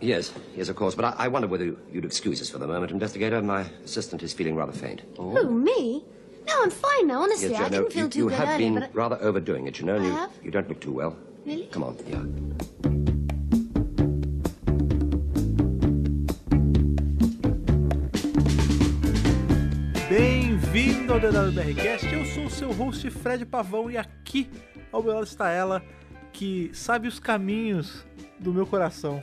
Yes, yes, of course. But I, I wonder whether you'd excuse us for the moment, Investigator. My assistant is feeling rather faint. Who, me? No, I'm fine now, Oh, honestly. Yes, Oh, I no, didn't feel you, too you good have earlier, been but... rather overdoing it, you know. and I you, have? you don't look too well. Really? Come on, yeah. Bem-vindo ao DWBRCast, eu sou o seu host Fred Pavão e aqui ao meu lado está ela que sabe os caminhos do meu coração.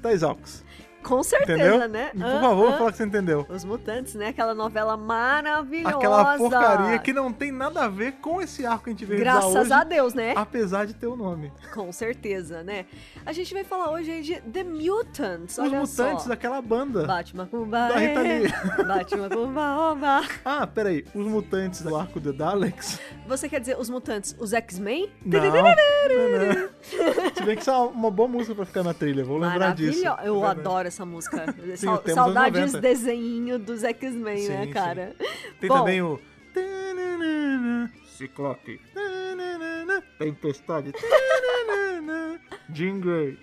Thais Alves, Com certeza, entendeu? né? Por Ah, favor, ah. fala que você entendeu. Os Mutantes, né? Aquela novela maravilhosa. Aquela porcaria que não tem nada a ver com esse arco que a gente veio revisar Graças hoje, Ah. a Deus, né? apesar de ter o nome. Com certeza, né? A gente vai falar hoje aí de The Mutants, os olha Mutantes, só. aquela banda. Bate Macumba, Da Rita é. Lee. Bate Macumba, oba. Ah, peraí, os Mutantes do arco de Daleks? Você quer dizer os Mutantes, os X-Men? Não, não, não. Se bem que isso é uma boa música pra ficar na trilha, vou lembrar disso. é Maravilhosa. Eu Verdade. adoro essa música. Sim, Sau- temos anos saudades 90. desenho dos X-Men, né, Sim, cara? Tem Bom, também o. Ciclope. Tempestade. Jean Grey.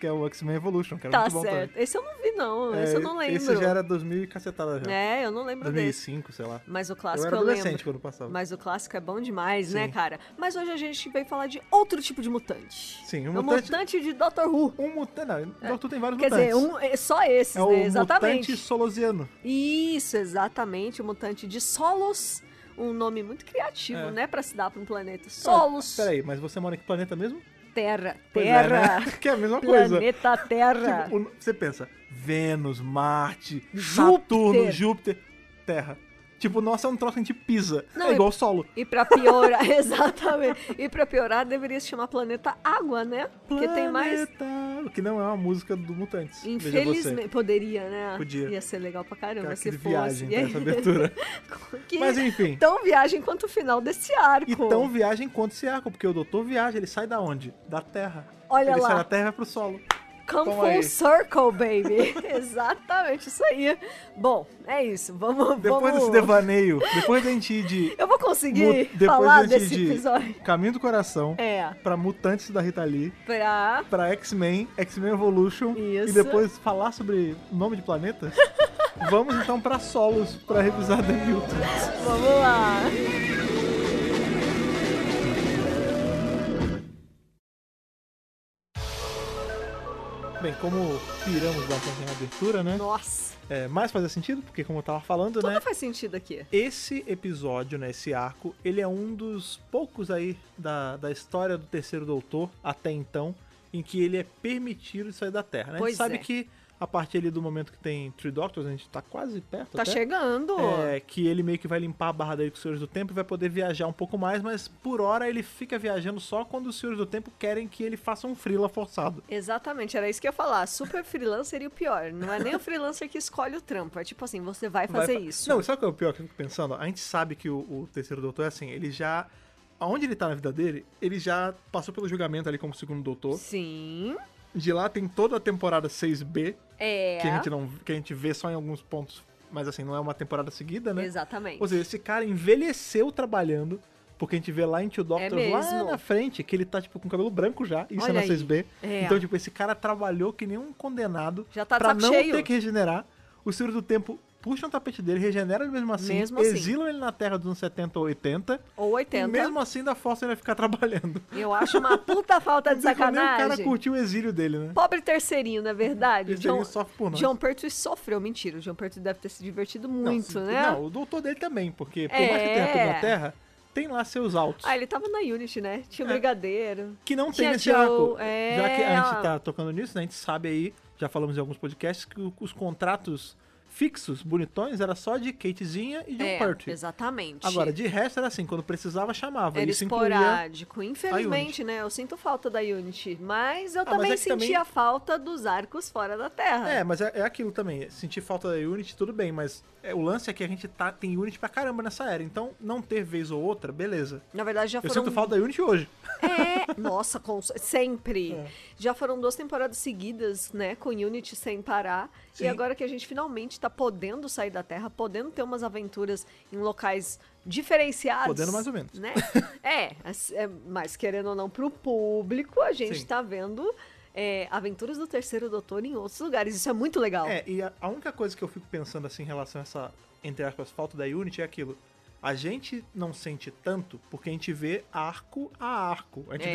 Que é o X-Men Evolution, que era Tá muito bom também. certo. Esse eu não vi, não. Esse É, eu não lembro. Esse já era 2000 e cacetada já. É, eu não lembro desse. 2005, sei lá. Mas o eu clássico era eu, adolescente lembro. quando passava. Mas o clássico é bom demais, né, Sim. cara? Mas hoje a gente veio falar de outro tipo de mutante. Sim, um É mutante- de Doctor Who. Um mutante. Não, Doctor Who tem vários É. Quer mutantes. dizer, um, é só esses, É o né? mutante Exatamente. solosiano. Isso, exatamente. O mutante de Solos. Um nome muito criativo, É. Ah, né? Pra se dar pra um planeta. Solos. Peraí, mas você mora em que planeta mesmo? Terra. Pois é, terra. né? Que é a mesma coisa. Planeta Terra. Tipo, o- você pensa, Vênus, Marte, Júpiter. Saturno, Júpiter, Terra. Tipo, nossa, é um troço que a gente pisa. Não, é e- igual o solo. E pra piorar, exatamente. E pra piorar, deveria se chamar Planeta Água, né? Porque tem mais. Planeta, Que não é uma música do Mutantes. veja você. Infelizmente. Poderia, né? Podia. Ia ser legal pra caramba Cara, se que fosse. viagem E pra aí- essa abertura. que Mas enfim. Tão viagem quanto o final desse arco. E tão Então, viagem quanto esse arco, porque o doutor viaja, ele sai da onde? Da Terra. Olha ele lá. sai da Terra e vai pro solo. Come toma full aí. circle, baby. Exatamente, isso aí. Bom, é isso. Vamos. Depois vamos... desse devaneio, depois da gente ir de... Eu vou conseguir mu- depois falar da gente desse ir de episódio. Caminho do Coração, É, pra Mutantes da Rita Lee, pra. pra X-Men, X-Men Evolution Isso. e depois falar sobre nome de planeta? Vamos então pra solos pra revisar The Mutants. Vamos lá. Bem, como piramos bastante na abertura, né? Nossa. É, mas fazia sentido, porque como eu tava falando, Tudo né? faz sentido aqui. Esse episódio, né, esse arco, ele é um dos poucos aí da, da história do Terceiro Doutor até então em que ele é permitido de sair da Terra, né? a gente Pois sabe é. que a partir ali do momento que tem Three Doctors, a gente tá quase perto Tá até. chegando. É, que ele meio que vai limpar a barra dele com os Senhores do Tempo e vai poder viajar um pouco mais, mas por hora ele fica viajando só quando os Senhores do Tempo querem que ele faça um frila forçado. Exatamente, era isso que eu ia falar. Super freelancer seria o pior. Não é nem o freelancer que escolhe o trampo. É tipo assim, você vai Vai fazer fa- isso. Não, sabe o que é o pior que eu fico pensando? A gente sabe que o, o Terceiro Doutor é assim, ele já... Aonde ele tá na vida dele, ele já passou pelo julgamento ali como Segundo Doutor. Sim. De lá tem toda a temporada 6B, É. que, a gente não, que a gente vê só em alguns pontos, mas assim, não é uma temporada seguida, né? Exatamente. Ou seja, esse cara envelheceu trabalhando, porque a gente vê lá em Tio Doctor lá É mesmo. na frente, que ele tá, tipo, com o cabelo branco já, isso Olha é na 6B. aí. É. Então, tipo, esse cara trabalhou que nem um condenado Já tá de pra saco não cheio. ter que regenerar. O Senhor do Tempo puxa o tapete dele, regenera ele mesmo assim, Mesmo assim. exilam ele na Terra dos anos 70 ou 80, Ou e 80. mesmo assim ainda força ele a ficar trabalhando. Eu acho uma puta falta de Não deixou nem o cara sacanagem. curtiu o exílio dele, né? Pobre terceirinho, na verdade. Terceirinho John, sofre por nós. John Pertwee sofreu, mentira. O John Pertwee deve ter se divertido muito, não, né? Não, o doutor dele também, porque por mais que É. tenha tudo na Terra, tem lá seus altos. Ah, ele tava na Unity, né? Tinha o É. Brigadeiro. que não tem Tinha nesse Joe, arco. é. Já que a gente tá tocando nisso, né, a gente sabe aí, já falamos em alguns podcasts, que o- os contratos fixos, bonitões, era só de Katezinha e John é, Pertwee. exatamente. Agora, de resto era assim, quando precisava, chamava. Era Isso incluía... esporádico. Infelizmente, né? Eu sinto falta da Unity. Mas eu também mas é que senti também- a falta dos arcos fora da Terra. É, mas é, é aquilo também. Sentir falta da Unity, tudo bem, mas é, o lance é que a gente tá, tem Unity pra caramba nessa era. Então, não ter vez ou outra, beleza. Na verdade, já Eu foram. sinto falta da Unity hoje. É, nossa, com- sempre. É. Já foram duas temporadas seguidas, né? Com Unity sem parar. Sim. E agora que a gente finalmente tá podendo sair da Terra, podendo ter umas aventuras em locais diferenciados. Podendo mais ou menos. Né? é, as- é, mas querendo ou não, pro público, a gente Sim. tá vendo é, aventuras do terceiro doutor em outros lugares. Isso é muito legal. É, e a, a única coisa que eu fico pensando assim em relação a essa, entre aspas, falta da Unity é aquilo. A gente não sente tanto porque a gente vê arco a arco. A gente É.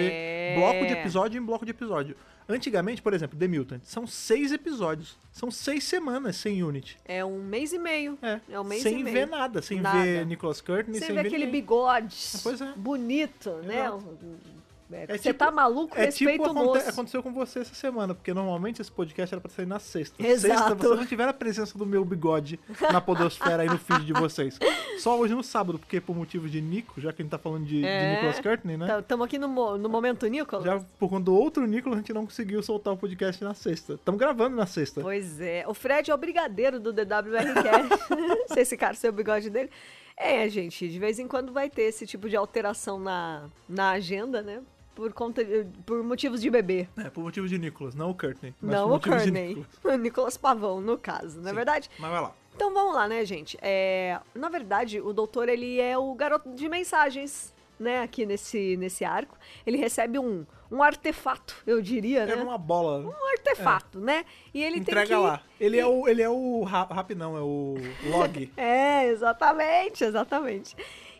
vê bloco de episódio em bloco de episódio. Antigamente, por exemplo, The Mutant, são seis episódios. São seis semanas sem Unity. É um mês e meio. É, um mês sem e meio. ver nada, sem Nada. ver Nicholas Curtin, Você sem vê ver aquele ninguém. bigode Pois é. bonito, né? Exato. Um- é, É Você tipo- tá maluco, É respeita tipo o aconte- moço. aconteceu com você essa semana, porque normalmente esse podcast era pra sair na sexta. Sexta, Exato. você não tiver a presença do meu bigode na podosfera aí no feed de vocês. Só hoje no sábado, porque por motivo de Nico, já que a gente tá falando de, de É. Nicholas Curtin, né? Estamos aqui no, mo- no momento, Nicolas. Já por conta do outro Nicolas, a gente não conseguiu soltar o podcast na sexta. Estamos gravando na sexta. Pois é. O Fred é o brigadeiro do DWRCast. Se esse cara ser o bigode dele. É, gente, de vez em quando vai ter esse tipo de alteração na, na agenda, né? Por, conta de- por motivos de bebê. É, por motivo de Nicolas, não o Curtin. mas Não por o motivo de Kearney. Nicholas. O Nicolas Pavão, no caso, não é Sim. verdade? Mas vai lá. Então vamos lá, né, gente? É, na verdade, o doutor ele é o garoto de mensagens, né? Aqui nesse, nesse arco. Ele recebe um, um artefato, eu diria, né? Era É uma bola. Um artefato, né? E ele Entrega tem que. lá. Ele é o. Ele é o. ra- Rap não, é o log. É, exatamente, exatamente.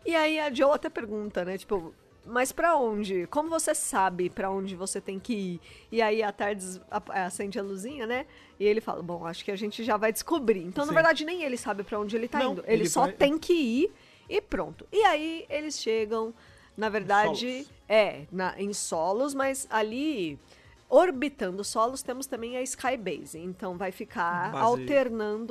E aí a Joe até pergunta, né? Tipo, mas pra onde? Como você sabe pra onde você tem que ir? E aí a tarde acende a luzinha, né? E ele fala: Bom, acho que a gente já vai descobrir. Então, na Sim. verdade, nem ele sabe pra onde ele tá Não, indo. Ele, ele só vai- tem que ir e pronto. E aí eles chegam, na verdade, Solos. é, na- em solos, mas ali. Orbitando solos, temos também a Skybase. Então vai ficar Base- alternando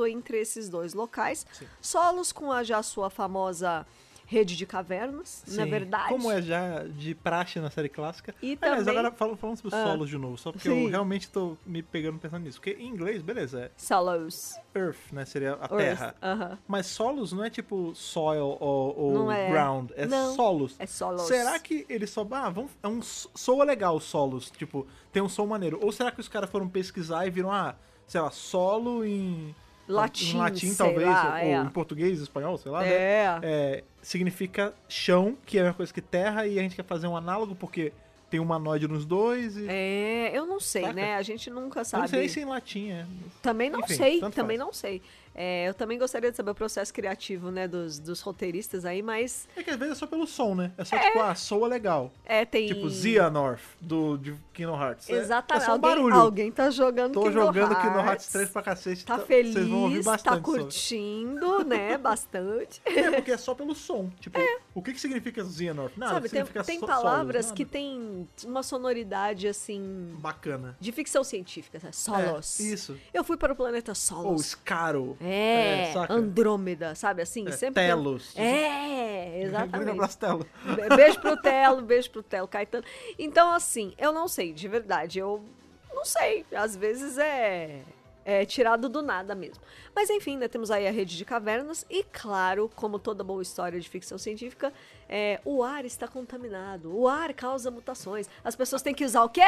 alternando entre esses dois locais. Solos com a já sua famosa rede de cavernas, na Sim, verdade. Como é já de praxe na série clássica. E Aliás, também- Ah. agora fal- falando sobre os solos de novo, só porque Sim. eu realmente tô me pegando pensando nisso. Porque em inglês, beleza, Solos. é Earth, né? Seria a Earth, terra. aham. Mas solos não é tipo soil ou, ou Não é. ground. É Não, solos. é solos. Será que eles só. Ah, vamos, é um, so- soa legal solos. Tipo, tem um som maneiro. Ou será que os caras foram pesquisar e viram, ah, sei lá, solo em. Latim, em latim sei talvez, lá, ou é. em português, espanhol, sei lá, né? É. é, significa chão, que é a mesma coisa que terra, e a gente quer fazer um análogo porque tem humanoide nos dois. E... É, eu não sei, Saca? né? A gente nunca Eu sabe. não sei nem se em latim é. Também não Enfim, sei, tanto também faz. não sei. É, eu também gostaria de saber o processo criativo, né, dos, dos roteiristas aí, mas É que às vezes é só pelo som, né? É só tipo, ah, soa legal. é, tem... Tipo, Xehanort, do de Kingdom Hearts. É- É, Exatamente. só um alguém, barulho. alguém tá jogando Tô Kingdom jogando Hearts. Kingdom Hearts 3 pra cacete. Tá então feliz, Vocês vão ouvir bastante tá sobre. curtindo, né? Bastante. É, porque é só pelo som. Tipo, o que que significa Xehanort? Nada, É. Sabe, tem, significa tem so- palavras solos, que nada. tem uma sonoridade, assim, Bacana. de ficção científica, sabe? Solos. É, isso. Eu fui para o planeta Ou Solos. Scaro. é, saca? Andrômeda, sabe assim? É, Sempre tem- Telos. É, Grande exatamente. abraço, Telo. Be- Beijo pro Telo, beijo pro Telo, Caetano. Então, assim, eu não sei, de verdade. Eu não sei. Às vezes é, é tirado do nada mesmo. Mas, enfim, né, temos aí a rede de cavernas. E, claro, como toda boa história de ficção científica, é, o ar está contaminado. O ar causa mutações. As pessoas têm que usar o quê?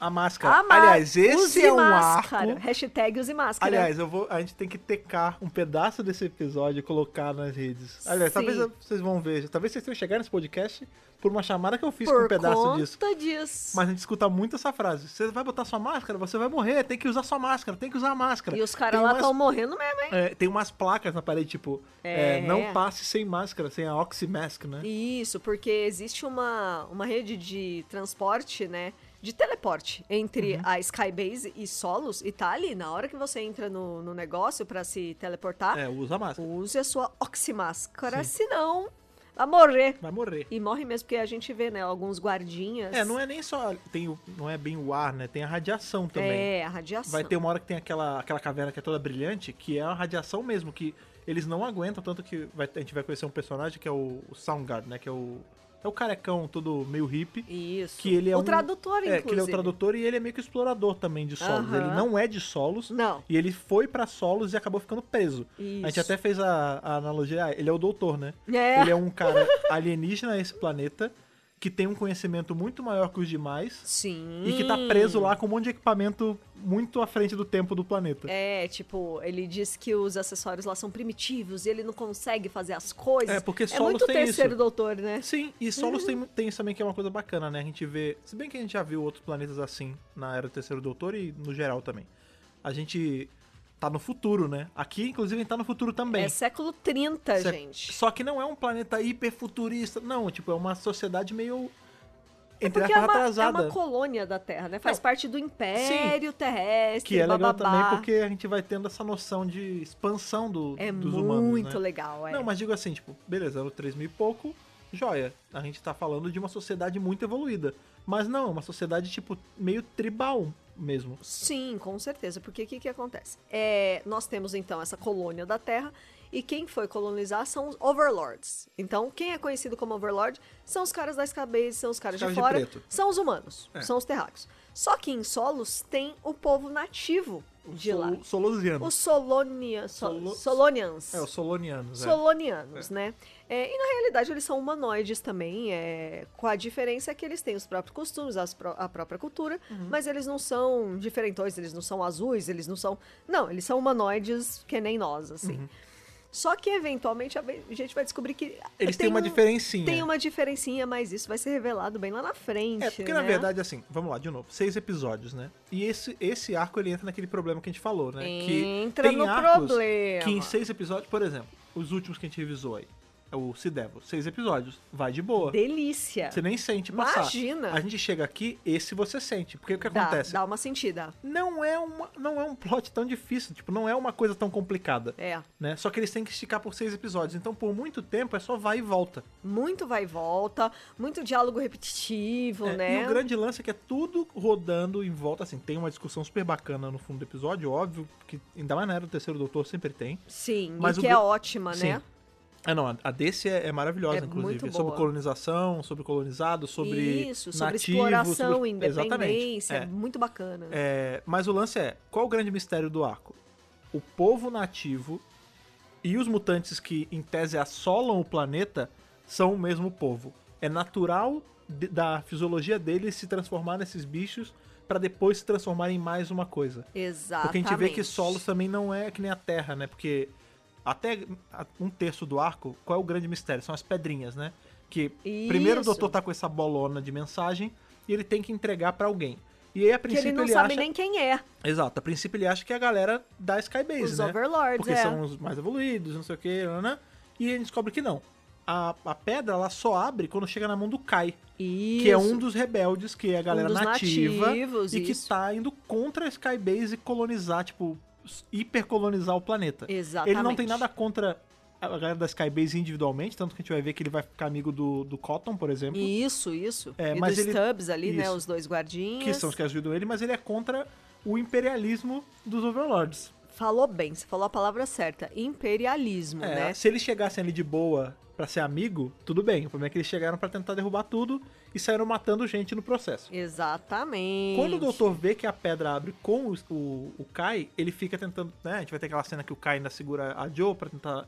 A máscara. A ma- Aliás, esse use é um máscara. arco. Hashtag use máscara. Aliás, eu vou, a gente tem que tecar um pedaço desse episódio e colocar nas redes. Aliás, Sim. talvez vocês vão ver. Talvez vocês tenham chegado nesse podcast por uma chamada que eu fiz com por um pedaço conta disso. disso. Mas a gente escuta muito essa frase. Você vai botar sua máscara, você vai morrer. Tem que usar sua máscara, tem que usar a máscara. E os caras Tem lá umas- estão morrendo mesmo, hein? é, tem umas placas na parede, tipo, É. é, não passe sem máscara, sem a Oxymask, né? Isso, porque existe uma, uma rede de transporte, né? De teleporte entre Uhum. a Skybase e Solos, e tá ali, na hora que você entra no, no negócio pra se teleportar, É, usa a máscara. use a sua oximáscara, senão vai morrer. Vai morrer. E morre mesmo, porque a gente vê, né, alguns guardinhas. É, não é nem só. Tem o, não é bem o ar, né? Tem a radiação também. É, a radiação. Vai ter um uma hora que tem aquela, aquela caverna que é toda brilhante, que é a radiação mesmo, que eles não aguentam, tanto que vai- a gente vai conhecer um personagem que é o, o Soundgarden, né? Que é o. É o carecão todo meio hippie. Isso. Que ele é o um- tradutor, é, que ele é o inclusive. tradutor e ele é meio que explorador também de solos. Aham. Ele não é de solos. Não. E ele foi pra solos e acabou ficando preso. A Isso. gente até fez a, a analogia, ah, ele é o doutor, né? É. Ele é um cara alienígena a esse planeta, que tem um conhecimento muito maior que os demais. Sim. Hum. E que tá preso lá com um monte de equipamento muito à frente do tempo do planeta. É, tipo, ele diz que os acessórios lá são primitivos e ele não consegue fazer as coisas. É, porque É Solos muito tem terceiro isso. doutor, né? Sim, e Solos tem, tem isso também que é uma coisa bacana, né? A gente vê. Se bem que a gente já viu outros planetas assim na Era do Terceiro Doutor e no geral também. A gente tá no futuro, né? Aqui, inclusive, a gente tá no futuro também. É século 30, Só- é gente. Só que não é um planeta hiperfuturista. Não, tipo, é uma sociedade meio. Entre Porque aspas, é uma, é tá atrasada. uma colônia da Terra, né? Faz Não. parte do Império Terrestre, que é legal bababá. também porque a gente vai tendo essa noção de expansão do, É dos muito humanos. né? legal, é. Não, mas digo assim, tipo, beleza, ano 3 mil e pouco, joia. A gente tá falando de uma sociedade muito evoluída. Mas não, é uma sociedade, tipo, meio tribal mesmo. Sim, com certeza. Porque o que, que acontece? É, nós temos então essa colônia da Terra e quem foi colonizar são os overlords. Então, quem é conhecido como overlord são os caras da escabeia, são os caras de caras de fora, preto. são os humanos, É. são os terráqueos. Só que em Solos tem o povo nativo de lá. Sol- Solosiano. Os Solonia, so- Solo- Solonians. É, os solonianos, é. Solonianos, né? É, e na realidade eles são humanoides também, é, com a diferença que eles têm os próprios costumes, as pró- a própria cultura, Uhum. mas eles não são diferentões, eles não são azuis, eles não são. Não, eles são humanoides que nem nós, assim. Uhum. Só que eventualmente a ve- a gente vai descobrir que. Eles tem têm uma um- diferencinha. Tem uma diferencinha, mas isso vai ser revelado bem lá na frente. É, porque na né? verdade, assim, vamos lá, de novo, seis episódios, né? E esse, esse arco, ele entra naquele problema que a gente falou, né? Entra que tem no arcos problema. que em seis episódios, por exemplo, os últimos que a gente revisou aí, é o Cidevo, seis episódios, vai de boa. Delícia. Você nem sente passar. Imagina. A gente chega aqui, esse você sente. Porque o que Dá, acontece? Tá, dá uma sentida. Não, é uma, não é um plot tão difícil, tipo, não é uma coisa tão complicada. É. Né? Só que eles têm que esticar por seis episódios. Então, por muito tempo, é só vai e volta. Muito vai e volta, muito diálogo repetitivo, É, né? E o grande lance é que é tudo rodando em volta, assim, tem uma discussão super bacana no fundo do episódio, óbvio, que ainda mais na era do terceiro doutor sempre tem. Sim, Mas e o que gr- é ótima, Sim. né? É, não, a- a desse é, é maravilhosa, É inclusive. muito Sobre boa. colonização, sobre colonizado, sobre Isso, sobre nativo, exploração, sobre... independência, é Exatamente. muito bacana. É. É, mas o lance é, qual o grande mistério do arco? O povo nativo e os mutantes que, em tese, assolam o planeta são o mesmo povo. É natural de- da fisiologia deles se transformar nesses bichos pra depois se transformar em mais uma coisa. Exatamente. Porque a gente vê que Solos também não é que nem a Terra, né? Porque até a- um terço do arco, qual é o grande mistério? São as pedrinhas, né? Que primeiro o Isso. doutor tá com essa bolona de mensagem e ele tem que entregar pra alguém. E aí, a Que princípio, ele não sabe acha... nem quem é. Exato, a princípio ele acha que é a galera da Skybase, Os né? Overlords, Porque é. são os mais evoluídos, não sei o que, né? E ele descobre que não. A, a pedra, ela só abre quando chega na mão do Kai, Isso. que é um dos rebeldes, que é a galera dos nativa. nativos, e que isso. tá indo contra a Skybase e colonizar, tipo, s- hipercolonizar o planeta. Exatamente. Ele não tem nada contra a galera da Skybase individualmente, tanto que a gente vai ver que ele vai ficar amigo do, do Cotton, por exemplo. Isso, isso. É, e mas dos ele- Stubbs ali, né? isso. Os dois guardinhas. Que são os que ajudam ele, mas ele é contra o imperialismo dos Overlords. Falou bem, você falou a palavra certa. Imperialismo, É, né? Se eles chegassem ali de boa pra ser amigo, tudo bem. O problema é que eles chegaram pra tentar derrubar tudo e saíram matando gente no processo. Exatamente. Quando o doutor vê que a pedra abre com o, o, o Kai, ele fica tentando, né? A gente vai ter aquela cena que o Kai ainda segura a Joe pra tentar.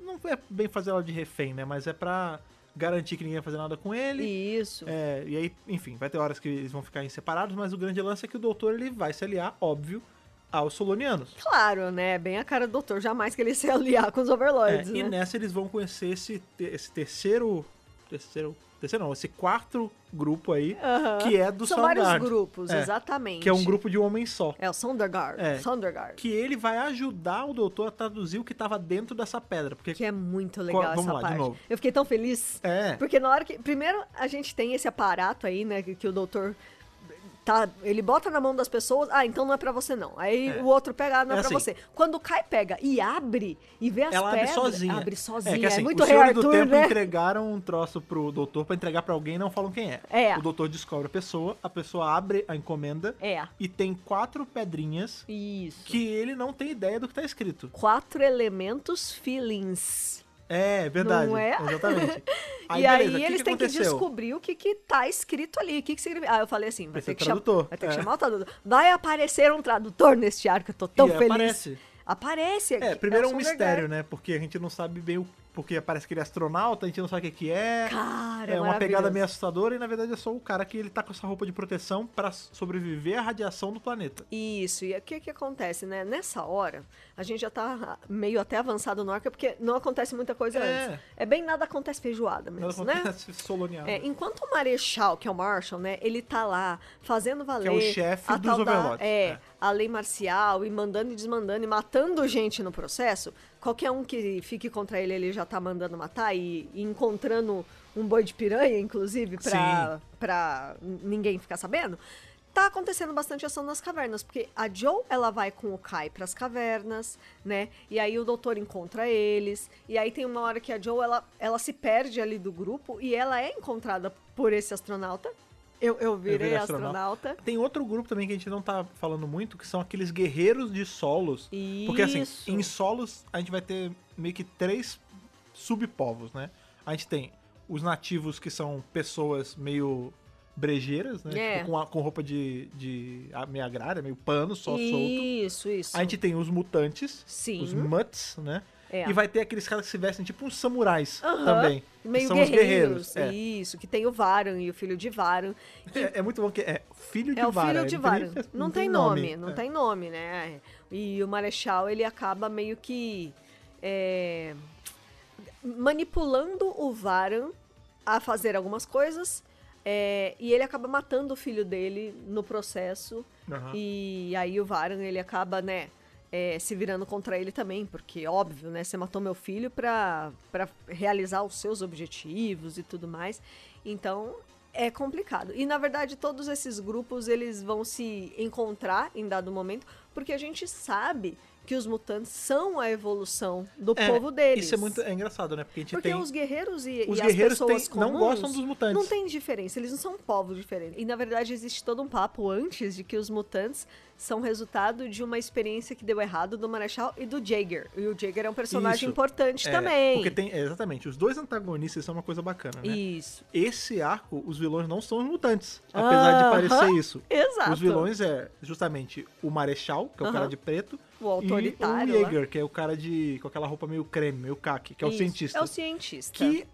Não é bem fazer ela de refém, né? Mas é pra garantir que ninguém vai fazer nada com ele. Isso. É, e aí, enfim, vai ter horas que eles vão ficar em separados, mas o grande lance é que o doutor ele vai se aliar, óbvio, aos solonianos. Claro, né? Bem a cara do doutor. Jamais que ele se aliar com os Overlords, É, né? E nessa eles vão conhecer esse, te- esse terceiro. Terceiro. Terceiro não, esse quarto grupo aí, Aham. que é do São Soundgarden. vários grupos, É, exatamente. Que é um grupo de um homem só. É o Sondergaard. É. Sondergaard. Que ele vai ajudar o doutor a traduzir o que tava dentro dessa pedra. Porque. Que é muito legal Qual- vamos essa lá, de parte. novo. Eu fiquei tão feliz. É. Porque na hora que. Primeiro, a gente tem esse aparato aí, né? Que, que o doutor. Tá, ele bota na mão das pessoas, ah, então não é pra você não. Aí É. o outro pega, ah, não é, É pra assim. você. Quando o Kai pega e abre e vê as Ela abre pedras, sozinha. abre sozinha. É, É, que assim, muito o rei Senhor do Arthur, Tempo né? entregaram um troço pro doutor pra entregar pra alguém e não falam quem é. É. O doutor descobre a pessoa, a pessoa abre a encomenda É. e tem quatro pedrinhas Isso. que ele não tem ideia do que tá escrito. Quatro elementos feelings. É, verdade. Não é? Exatamente. e beleza, o aí que eles que têm que aconteceu? descobrir o que, que tá escrito ali, o que, que significa. Ah, eu falei assim, vai Esse ter, que, tradutor, chamar, vai ter que é. chamar o tradutor. Vai aparecer um tradutor neste arco, eu tô tão E feliz. aparece. Aparece aqui. É, primeiro é o um Sondergaard. mistério, né? Porque a gente não sabe bem o porque parece que ele é astronauta, a gente não sabe o que, que é. Cara, é uma pegada maravilhoso. meio assustadora e na verdade é só o cara que ele tá com essa roupa de proteção pra sobreviver à radiação do planeta. Isso, e o que que acontece, né? Nessa hora, a gente já tá meio até avançado no arco, é porque não acontece muita coisa É. antes. É bem nada acontece feijoada Ela mesmo, né? acontece soloniada. É, enquanto o Marechal, que é o Marshall, né, ele tá lá fazendo valer é chefe a dos tal da- overlords, é, é. a lei marcial e mandando e desmandando e matando gente no processo. Qualquer um que fique contra ele, ele já tá mandando matar e, e encontrando um boi de piranha, inclusive, pra, pra n- ninguém ficar sabendo. Tá acontecendo bastante ação nas cavernas, porque a Joe, ela vai com o Kai pras cavernas, né? E aí o doutor encontra eles. E aí tem uma hora que a Joe, ela, ela se perde ali do grupo e ela é encontrada por esse astronauta. Eu, eu Eu virei virei astronauta. Tem outro grupo também que a gente não tá falando muito, que são aqueles guerreiros de solos. Porque assim, Isso. em solos a gente vai ter meio que três subpovos, né? A gente tem os nativos que são pessoas meio brejeiras, né? É. Tipo, com, a- com roupa de, de a- meio agrária, meio pano, só solto. Isso, isso. A gente tem os mutantes, Sim. os muts, né? É. E vai ter aqueles caras que se vestem tipo uns samurais Aham. também. que Meio são guerreiros. os guerreiros. Isso, que tem o Varan e o filho de Varan. É. É, é muito bom que é filho de é o Vara. filho de ele nem Varan. fez- Não tem nome, não É. tem nome, né? E o Marechal, ele acaba meio que é, manipulando o Varan a fazer algumas coisas. é, e ele acaba matando o filho dele no processo. Aham. E aí o Varan, ele acaba, né, é, se virando contra ele também, porque, óbvio, né, você matou meu filho pra, pra realizar os seus objetivos e tudo mais. Então, é complicado. E, na verdade, todos esses grupos, eles vão se encontrar em dado momento, porque a gente sabe que os mutantes são a evolução do É, povo deles. Isso é muito é engraçado, né? Porque a gente Porque tem. os guerreiros e, os e guerreiros as pessoas têm- não comuns gostam dos mutantes. Não tem diferença, eles não são povos diferentes. E na verdade existe todo um papo antes de que os mutantes são resultado de uma experiência que deu errado do Marechal e do Jaeger. E o Jaeger é um personagem Isso. importante é, também. Porque tem. é, exatamente. Os dois antagonistas são uma coisa bacana, né? Isso. Esse arco, os vilões não são os mutantes. Apesar de Aham. parecer isso. Exato. Os vilões é justamente o Marechal, que é o Aham. cara de preto. O autoritário E o lá. Jaeger, que é o cara de. com aquela roupa meio creme, meio caque, que é o Isso. cientista. É o cientista. que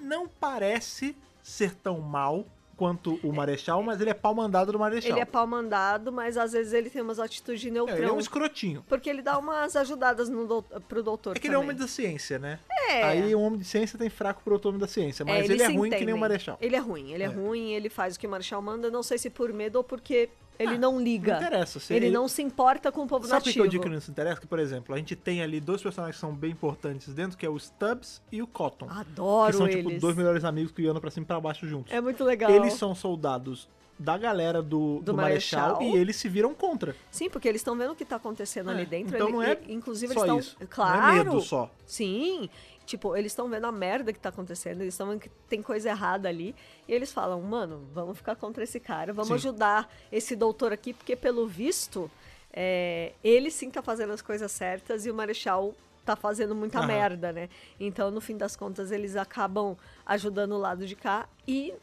não parece ser tão mal quanto o Marechal, mas ele é pau mandado do Marechal. Ele é pau mandado, mas às vezes ele tem umas atitudes de É, neutrão. ele é um escrotinho. Porque ele dá umas ajudadas no dou- pro doutor. É que ele é um também. homem da ciência, né? É. Aí um homem de ciência tem fraco pro outro homem da ciência, É, mas ele, eles é se ruim que nem o entendem. Marechal. Ele é ruim, ele é, É. ruim, ele faz o que o Marechal manda, não sei se por medo ou porque ele não liga. Ah, não interessa, se ele, ele- não se importa com o povo Sabe por que um nativo. eu digo que não se interessa? Que, por exemplo, a gente tem ali dois personagens que são bem importantes dentro, que é o Stubbs e o Cotton. Adoro que são, eles. tipo, dois melhores amigos que andam pra cima e pra baixo juntos. É muito legal. Eles são soldados da galera do, do Marechal, Marechal. e eles se viram contra. Sim, porque eles estão vendo o que tá acontecendo É, ali dentro. então ele- não é e- inclusive, só eles isso. estão. Não é Claro. medo só. Sim. Tipo, eles estão vendo a merda que tá acontecendo, eles estão vendo que tem coisa errada ali. E eles falam, mano, vamos ficar contra esse cara, vamos Sim. ajudar esse doutor aqui, porque pelo visto, é, ele sim tá fazendo as coisas certas e o Marechal tá fazendo muita Aham. merda, né? Então, no fim das contas, eles acabam ajudando o lado de cá e,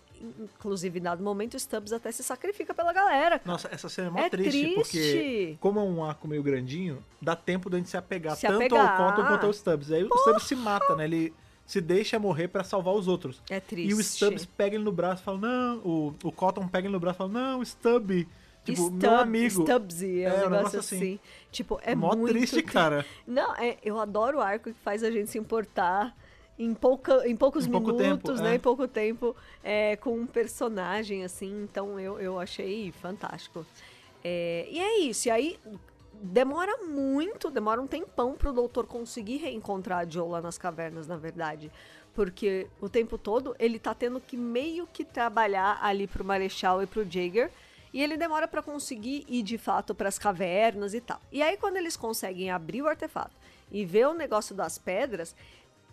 inclusive, em dado momento, o Stubbs até se sacrifica pela galera. cara. Nossa, essa cena é mó É triste, porque triste. como é um arco meio grandinho, dá tempo da gente se apegar Se tanto apegar. ao Cotton quanto ao Stubbs. Aí o Stubbs se mata, né? Ele se deixa morrer pra salvar os outros. É triste. E o Stubbs pega ele no braço e fala, não... O, o Cotton pega ele no braço e fala, não, Stubby. Tipo, meu Stubb- amigo. Stubbsy, é, um negócio, assim. Tipo, é mó muito triste, cara. Não, é, eu adoro o arco que faz a gente se importar em, pouca, em poucos Em pouco minutos, tempo, né? é. Em pouco tempo, é, com um personagem, assim. Então, eu, eu achei fantástico. É, e é isso. E aí, demora muito, demora um tempão pro doutor conseguir reencontrar a Joe lá nas cavernas, na verdade. Porque o tempo todo ele tá tendo que meio que trabalhar ali pro Marechal e pro Jaeger. E ele demora pra conseguir ir de fato pras cavernas e tal. E aí, quando eles conseguem abrir o artefato e ver o negócio das pedras,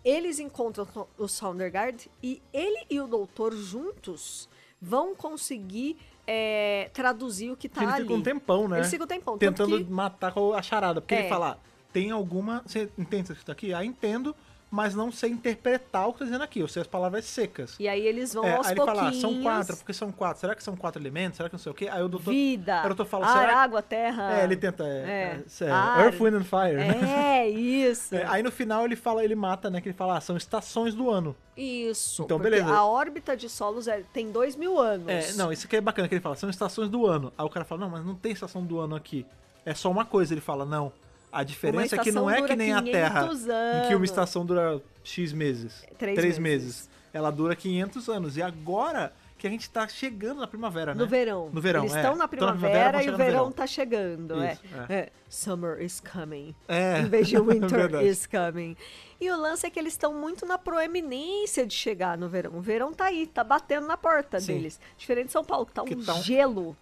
eles encontram com o Sondergaard e ele e o doutor juntos vão conseguir é, traduzir o que tá ele ali. fica um tempão, né? Ele fica um tempão. tanto Tentando que- matar com a charada. Porque É. ele fala, tem alguma... Você entende isso que tá aqui? Ah, entendo. mas não sei interpretar o que tá dizendo aqui. Eu sei as palavras secas. E aí eles vão É, aos aí ele pouquinhos. fala, ah, são quatro, porque são quatro. Será que são quatro elementos? Será que não sei o quê? Aí o doutor. Vida, Aí o doutor fala, ar, será água, terra. É, ele tenta. É, É. é, é, Ar. Earth, Wind and Fire, né? É, isso. É, aí no final ele fala, ele mata, né? Que ele fala, ah, são estações do ano. Isso. Então, porque beleza. A órbita de Solos é- tem dois mil anos. É, não, isso que é bacana, que ele fala, são estações do ano. Aí o cara fala, não, mas não tem estação do ano aqui. É só uma coisa, ele fala, não. A diferença é que estação não é dura que nem a Terra, 500 em que uma anos. estação dura X meses. Três meses. É, meses. Ela dura 500 anos. E agora que a gente tá chegando na primavera, né? No verão. No verão, Eles é. estão na Tão primavera, vão e chegar o no verão tá chegando. é. Isso, É. Summer is coming. É. Em vez de winter Verdade. is coming. E o lance é que eles estão muito na proeminência de chegar no verão. O verão tá aí, tá batendo na porta Sim. deles. Diferente de São Paulo, que tá Que um tá um- gelo.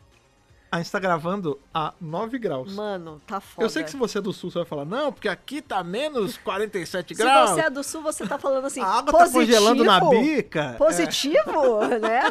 A gente tá gravando a 9 graus. Mano, tá foda. Eu sei que se você é do sul, você vai falar, não, porque aqui tá menos 47 Se graus. você é do sul, você tá falando assim, A água tá positivo, congelando na bica. É. Positivo, né?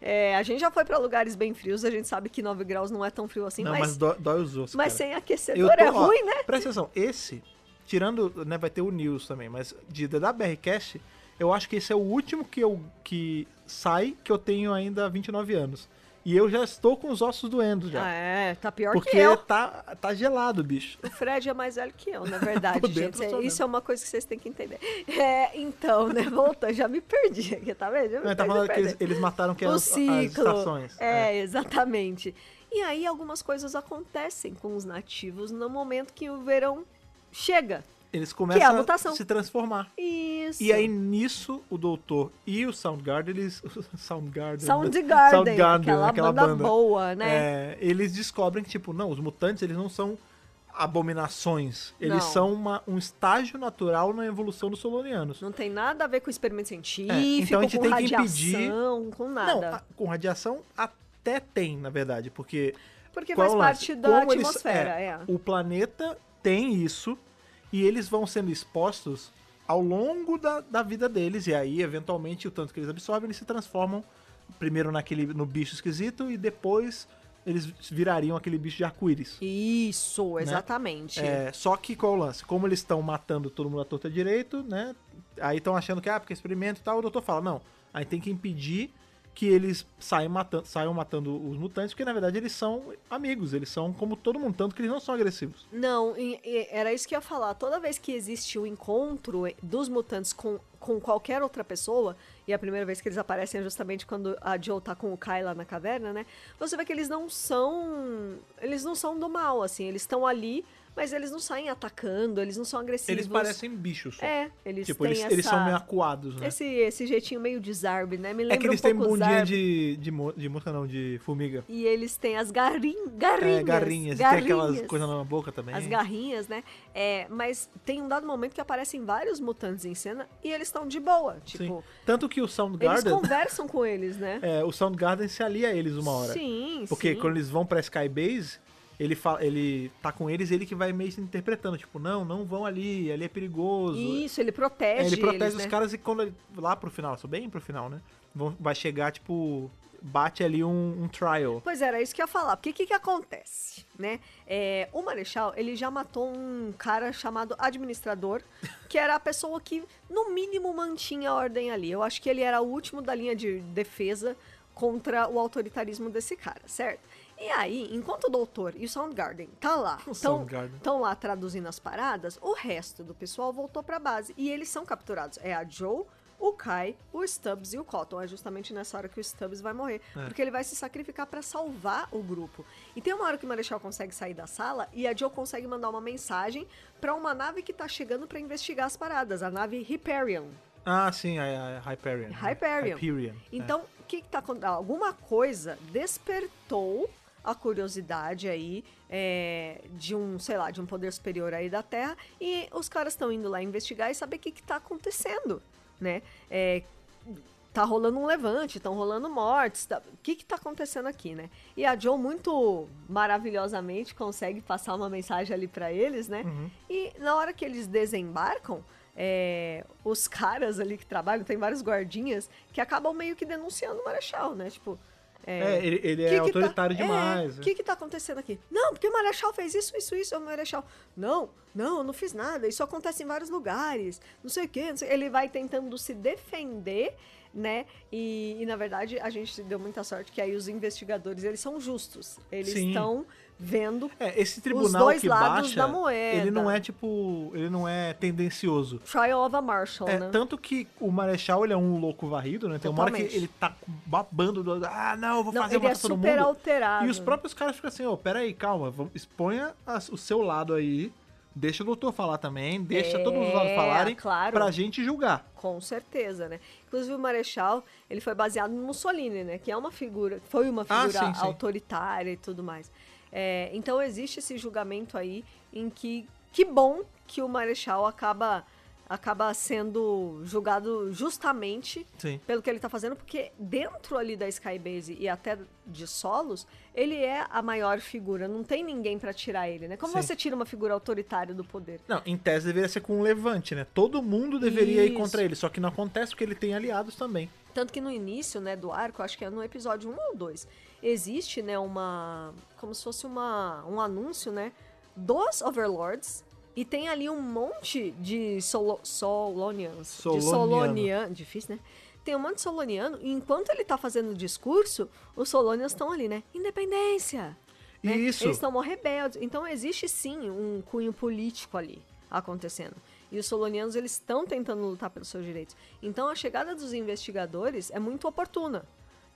É, a gente já foi pra lugares bem frios, a gente sabe que 9 graus não é tão frio assim, Não, mas, mas, dói, dói os ossos, mas cara. sem Eu aquecedor tô- é ó, ruim, né? Presta atenção, esse, tirando, né, vai ter o News também, mas de, da BRCast, eu acho que esse é o último que eu que sai que eu tenho ainda 29 anos. E eu já estou com os ossos doendo já. Ah, é, tá pior que porque eu. tá, tá gelado, bicho. O Fred é mais velho que eu, na verdade, Por gente. dentro, eu sou Isso é uma coisa que vocês têm que entender. É, então, né, voltando, já me perdi aqui, tá vendo? Já me Não, tá perdi, falando que perdi. eles, eles mataram que o as, as ciclo. estações. é, exatamente. E aí algumas coisas acontecem com os nativos no momento que o verão chega. Eles começam é mutação. a se transformar. Isso. E aí, nisso, o doutor e o Soundgarden, eles. Soundgarden. né? Soundgarden, Soundgarden, aquela, banda, boa, né? É, eles descobrem que, tipo, não, os mutantes, eles não são abominações. Eles Não. são uma- um estágio natural na evolução dos solonianos. Não tem nada a ver com experimento científico, então a gente com tem que radiação, com Não, nada. a- com radiação até tem, na verdade, porque... Porque qual faz é o lance? parte da Como eles- atmosfera, é. O planeta tem isso e eles vão sendo expostos ao longo da, da vida deles e aí, eventualmente, o tanto que eles absorvem, eles se transformam primeiro naquele, no bicho esquisito e depois eles virariam aquele bicho de arco-íris. Isso, exatamente. né? É, só que qual é o lance? Como eles estão matando todo mundo à torta e direito, né? Aí estão achando que, ah, porque experimento e tal, o doutor fala, não, aí tem que impedir que eles saiam matando, saiam matando os mutantes, porque na verdade eles são amigos, eles são como todo mundo, tanto que eles não são agressivos. Não, e- e- era isso que eu ia falar. Toda vez que existe o encontro eh, dos mutantes com, com qualquer outra pessoa, e a primeira vez que eles aparecem é justamente quando a Joe tá com o Kai lá na caverna, né? Você vê que eles não são. Eles não são do mal, assim. Eles estão ali, mas eles não saem atacando, eles não são agressivos. Eles parecem bichos só. É, eles tipo, têm eles, essa. eles são meio acuados, né? esse, esse jeitinho meio de zarbe, né? Me lembra É que eles um têm pouco bundinha zarbe. de, de, mo- de mosca, não, de formiga. E eles têm as garrin... garrinhas. É, garrinhas, e tem aquelas garrinhas. coisas na boca também. As garrinhas, né? É, mas tem um dado momento que aparecem vários mutantes em cena e eles estão de boa. Tipo, Sim. Tanto que o eles Soundgarden, conversam com eles, né? é, o Soundgarden se alia a eles uma hora. Sim, Porque sim. quando eles vão pra Skybase, ele, fala, ele tá com eles ele que vai meio se interpretando. Tipo, não, não vão ali, ali é perigoso. Isso, ele É, protege. ele protege eles, os né? caras e quando ele- lá pro final, só bem pro final, né? Vão, vai chegar, tipo, bate ali um, um trial. Pois era isso que eu ia falar. Porque o que, que acontece, né? É, o Marechal, ele já matou um cara chamado administrador, que era a pessoa que, no mínimo, mantinha a ordem ali. Eu acho que ele era o último da linha de defesa contra o autoritarismo desse cara, certo? E aí, enquanto o doutor e o Soundgarden tá lá, O Soundgarden. estão lá traduzindo as paradas, o resto do pessoal voltou pra base. E eles são capturados. É a Joe, o Kai, o Stubbs e o Cotton. É justamente nessa hora que o Stubbs vai morrer. Porque ele vai se sacrificar pra salvar o grupo. E tem uma hora que o Marechal consegue sair da sala e a Joe consegue mandar uma mensagem pra uma nave que tá chegando pra investigar as paradas. A nave Hyperion. Ah, sim, a, a Hyperion. né? Hyperion. Hyperion. é. Então, o que, que tá acontecendo? Alguma coisa despertou a curiosidade aí é, de um, sei lá, de um poder superior aí da Terra e os caras estão indo lá investigar e saber o que, que tá acontecendo, né? É, tá rolando um levante, estão rolando mortes, tá- o que que tá acontecendo aqui, né? E a Joe muito maravilhosamente consegue passar uma mensagem ali pra eles, né? Uhum. E na hora que eles desembarcam, é, os caras ali que trabalham, tem vários guardinhas, que acabam meio que denunciando o Marechal, né? Tipo, É, ele, ele é que que tá- autoritário é, demais. O né? que que tá acontecendo aqui? Não, porque o Marechal fez isso, isso, isso, é o Marechal. Não, não, eu não fiz nada. Isso acontece em vários lugares. Não sei o quê. não sei- Ele vai tentando se defender, né? E, e, na verdade a gente deu muita sorte que aí os investigadores eles são justos. Eles Sim. estão vendo É, esse tribunal dois que lados baixa, da moeda. ele não é tipo, ele não é tendencioso. Trial of a Marshall, É, né? tanto que o Marechal, ele é um louco varrido, né? Tem uma hora que Totalmente. ele tá babando do... Ah, não, eu vou Não, fazer ele matar é todo super mundo. alterado. E os próprios caras ficam assim, ó, peraí, calma, vamos- exponha as- o seu lado aí, deixa o doutor falar também, deixa É, todos os lados falarem claro. pra gente julgar. Com certeza, né? Inclusive o Marechal, ele foi baseado no Mussolini, né? Que é uma figura, foi uma Ah, figura sim, sim. autoritária e tudo mais. É, então existe esse julgamento aí em que que bom que o Marechal acaba acaba sendo julgado justamente Sim. pelo que ele tá fazendo, porque dentro ali da Skybase e até de solos, ele é a maior figura, não tem ninguém pra tirar ele, né? Como Sim. você tira uma figura autoritária do poder? Não, em tese deveria ser com um levante, né? Todo mundo deveria ir Isso. contra ele, só que não acontece porque ele tem aliados também. Tanto que no início, né, do arco, acho que é no episódio 1 ou 2, existe, né, uma... como se fosse uma, um anúncio, né, dos Overlords, e tem ali um monte de solo, Solonians. Soloniano. De Solonian, difícil, né? Tem um monte de Soloniano, e enquanto ele tá fazendo o discurso, os Solonians estão ali, né, independência! né? Isso. Eles estão mó rebeldes. Então existe sim um cunho político ali acontecendo. E os solonianos eles estão tentando lutar pelos seus direitos. Então a chegada dos investigadores é muito oportuna.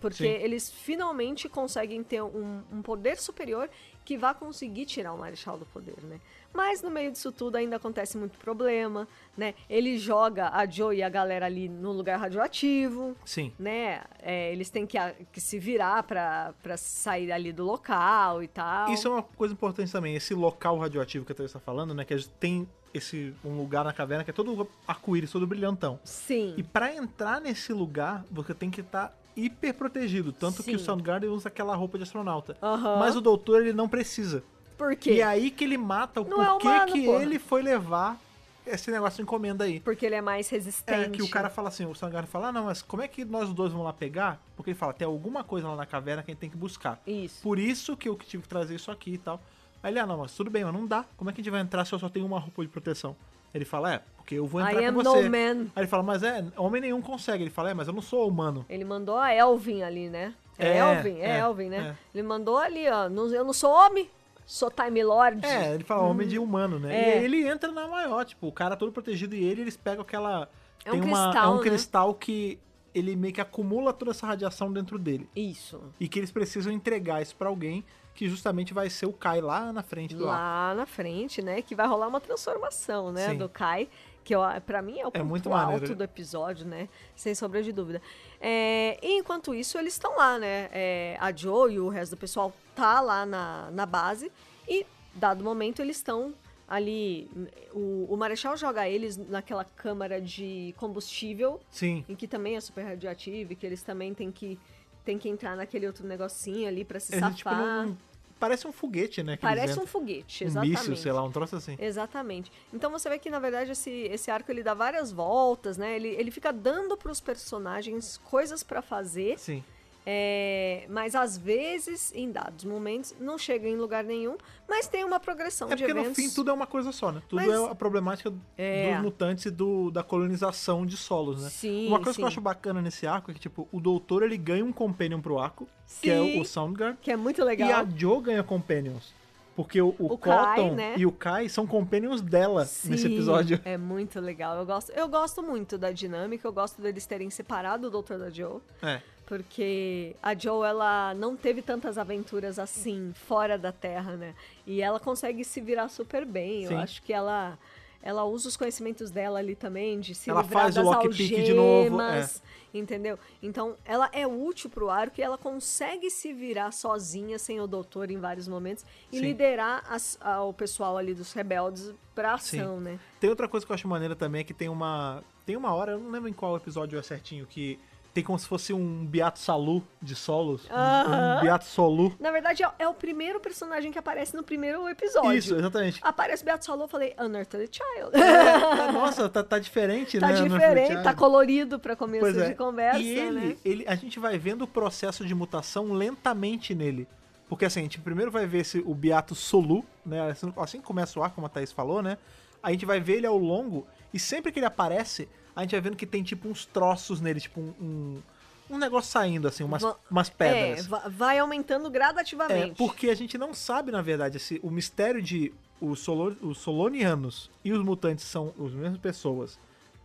Porque Sim. eles finalmente conseguem ter um, um poder superior que vá conseguir tirar o Marechal do poder, né? Mas no meio disso tudo ainda acontece muito problema, né? Ele joga a Joe e a galera ali no lugar radioativo Sim. né? é, eles têm que, a- que se virar pra, pra sair ali do local e tal. Isso é uma coisa importante também, esse local radioativo que a Thaís está falando, né? Que a gente tem esse um lugar na caverna que é todo arco-íris, todo brilhantão. Sim. E pra entrar nesse lugar, você tem que estar hiper protegido. Tanto que Sim. o Soundgarden usa aquela roupa de astronauta. Aham. Mas o doutor, ele não precisa. Por quê? E é aí que ele mata o Não é porquê humano, que porra. ele foi levar esse negócio de encomenda aí. Porque ele é mais É resistente. que o cara fala assim, o Soundgarden fala, ah, não, mas como é que nós dois vamos lá pegar? Porque ele fala, tem alguma coisa lá na caverna que a gente tem que buscar. Isso. Por isso que eu que tive que trazer isso aqui e tal. Aí ele, ah, não, mas tudo bem, mas não dá. Como é que a gente vai entrar se eu só tenho uma roupa de proteção? Ele fala, é, porque eu vou I entrar am com no você. man. Aí ele fala, mas é, homem nenhum consegue. Ele fala, é, mas eu não sou humano. Ele mandou a Elvin ali, né? É, É, Elvin, é, é, Elvin, né? Ele mandou ali, ó. não- eu não sou homem, sou Time Lord. É, ele fala homem de humano, né? É. E aí ele entra na maior, tipo, o cara todo protegido e ele, eles pegam aquela... É tem um uma- cristal, É um né? cristal que ele meio que acumula toda essa radiação dentro dele. Isso. E que eles precisam entregar isso pra alguém, que justamente vai ser o Kai lá na frente do arco. Lá na frente, né? Que vai rolar uma transformação, né? Sim. Do Kai. Que eu, pra mim é o É ponto muito alto maneiro. do episódio, né? Sem sombra de dúvida. É, e enquanto isso, eles estão lá, né? É, a Joe e o resto do pessoal tá lá na, na base. E, dado momento, eles estão ali. O, o Marechal joga eles naquela câmara de combustível Sim. em que também é super radioativo e que eles também têm que, têm que entrar naquele outro negocinho ali pra se Ele, safar. tipo, não- parece um foguete, né? que eles Parece entram. um foguete, um exatamente. míssil, sei lá, um troço assim. Exatamente. Então você vê que, na verdade, esse, esse arco ele dá várias voltas, né? Ele, ele fica dando pros personagens coisas pra fazer, Sim. é, mas às vezes, em dados momentos, não chega em lugar nenhum, mas tem uma progressão É Um de porque eventos. no fim tudo é uma coisa só, né? Tudo Mas- é a problemática É. dos mutantes e do, da colonização de solos, né? Sim, uma coisa que eu sim. acho bacana nesse arco é que, tipo, o doutor ele ganha um companion pro arco, que é Sim. o Soundgarden. Que é muito legal. E a Jo ganha companions. Porque o, o O Kai, Cotton né? e o Kai são companions dela nesse Sim, episódio. É muito legal. Eu gosto, eu gosto muito da dinâmica, eu gosto deles terem separado o Doutor da Joe. É. Porque a Joe, ela não teve tantas aventuras assim, fora da Terra, né? E ela consegue se virar super bem. Sim. Eu acho que ela, ela usa os conhecimentos dela ali também, de se Ela livrar faz o das lockpick algemas, de novo, é. entendeu? Então, ela é útil pro arco e ela consegue se virar sozinha, sem o doutor, em vários momentos. E Sim. liderar as- a- o pessoal ali dos rebeldes pra ação, né? Tem outra coisa que eu acho maneira também, é que tem uma. Tem uma hora, eu não lembro em qual episódio é certinho, que Tem como se fosse um Beato Salu de solos. um- Aham. Um Beato Solu. Na verdade, é, é o primeiro personagem que aparece no primeiro episódio. Isso, exatamente. Aparece Beato Salou, eu falei, Unearthly Child. Ah, Nossa, tá, tá diferente, tá né? no diferente, Fleetwood. tá colorido pra começo Pois é. de conversa, e ele, né? ele, a gente vai vendo o processo de mutação lentamente nele. Porque assim, a gente primeiro vai ver esse, o Beato Solu, né? Assim, assim que começa o ar, como a Thaís falou, né? A gente vai ver ele ao longo, e sempre que ele aparece, a gente vai vendo que tem tipo uns troços nele, tipo um, um, um negócio saindo, assim, umas, Va- umas É, pedras. va- vai aumentando É, gradativamente. porque a gente não sabe, na verdade, se o mistério de os, Solo- os Solonianos e os mutantes são as mesmas pessoas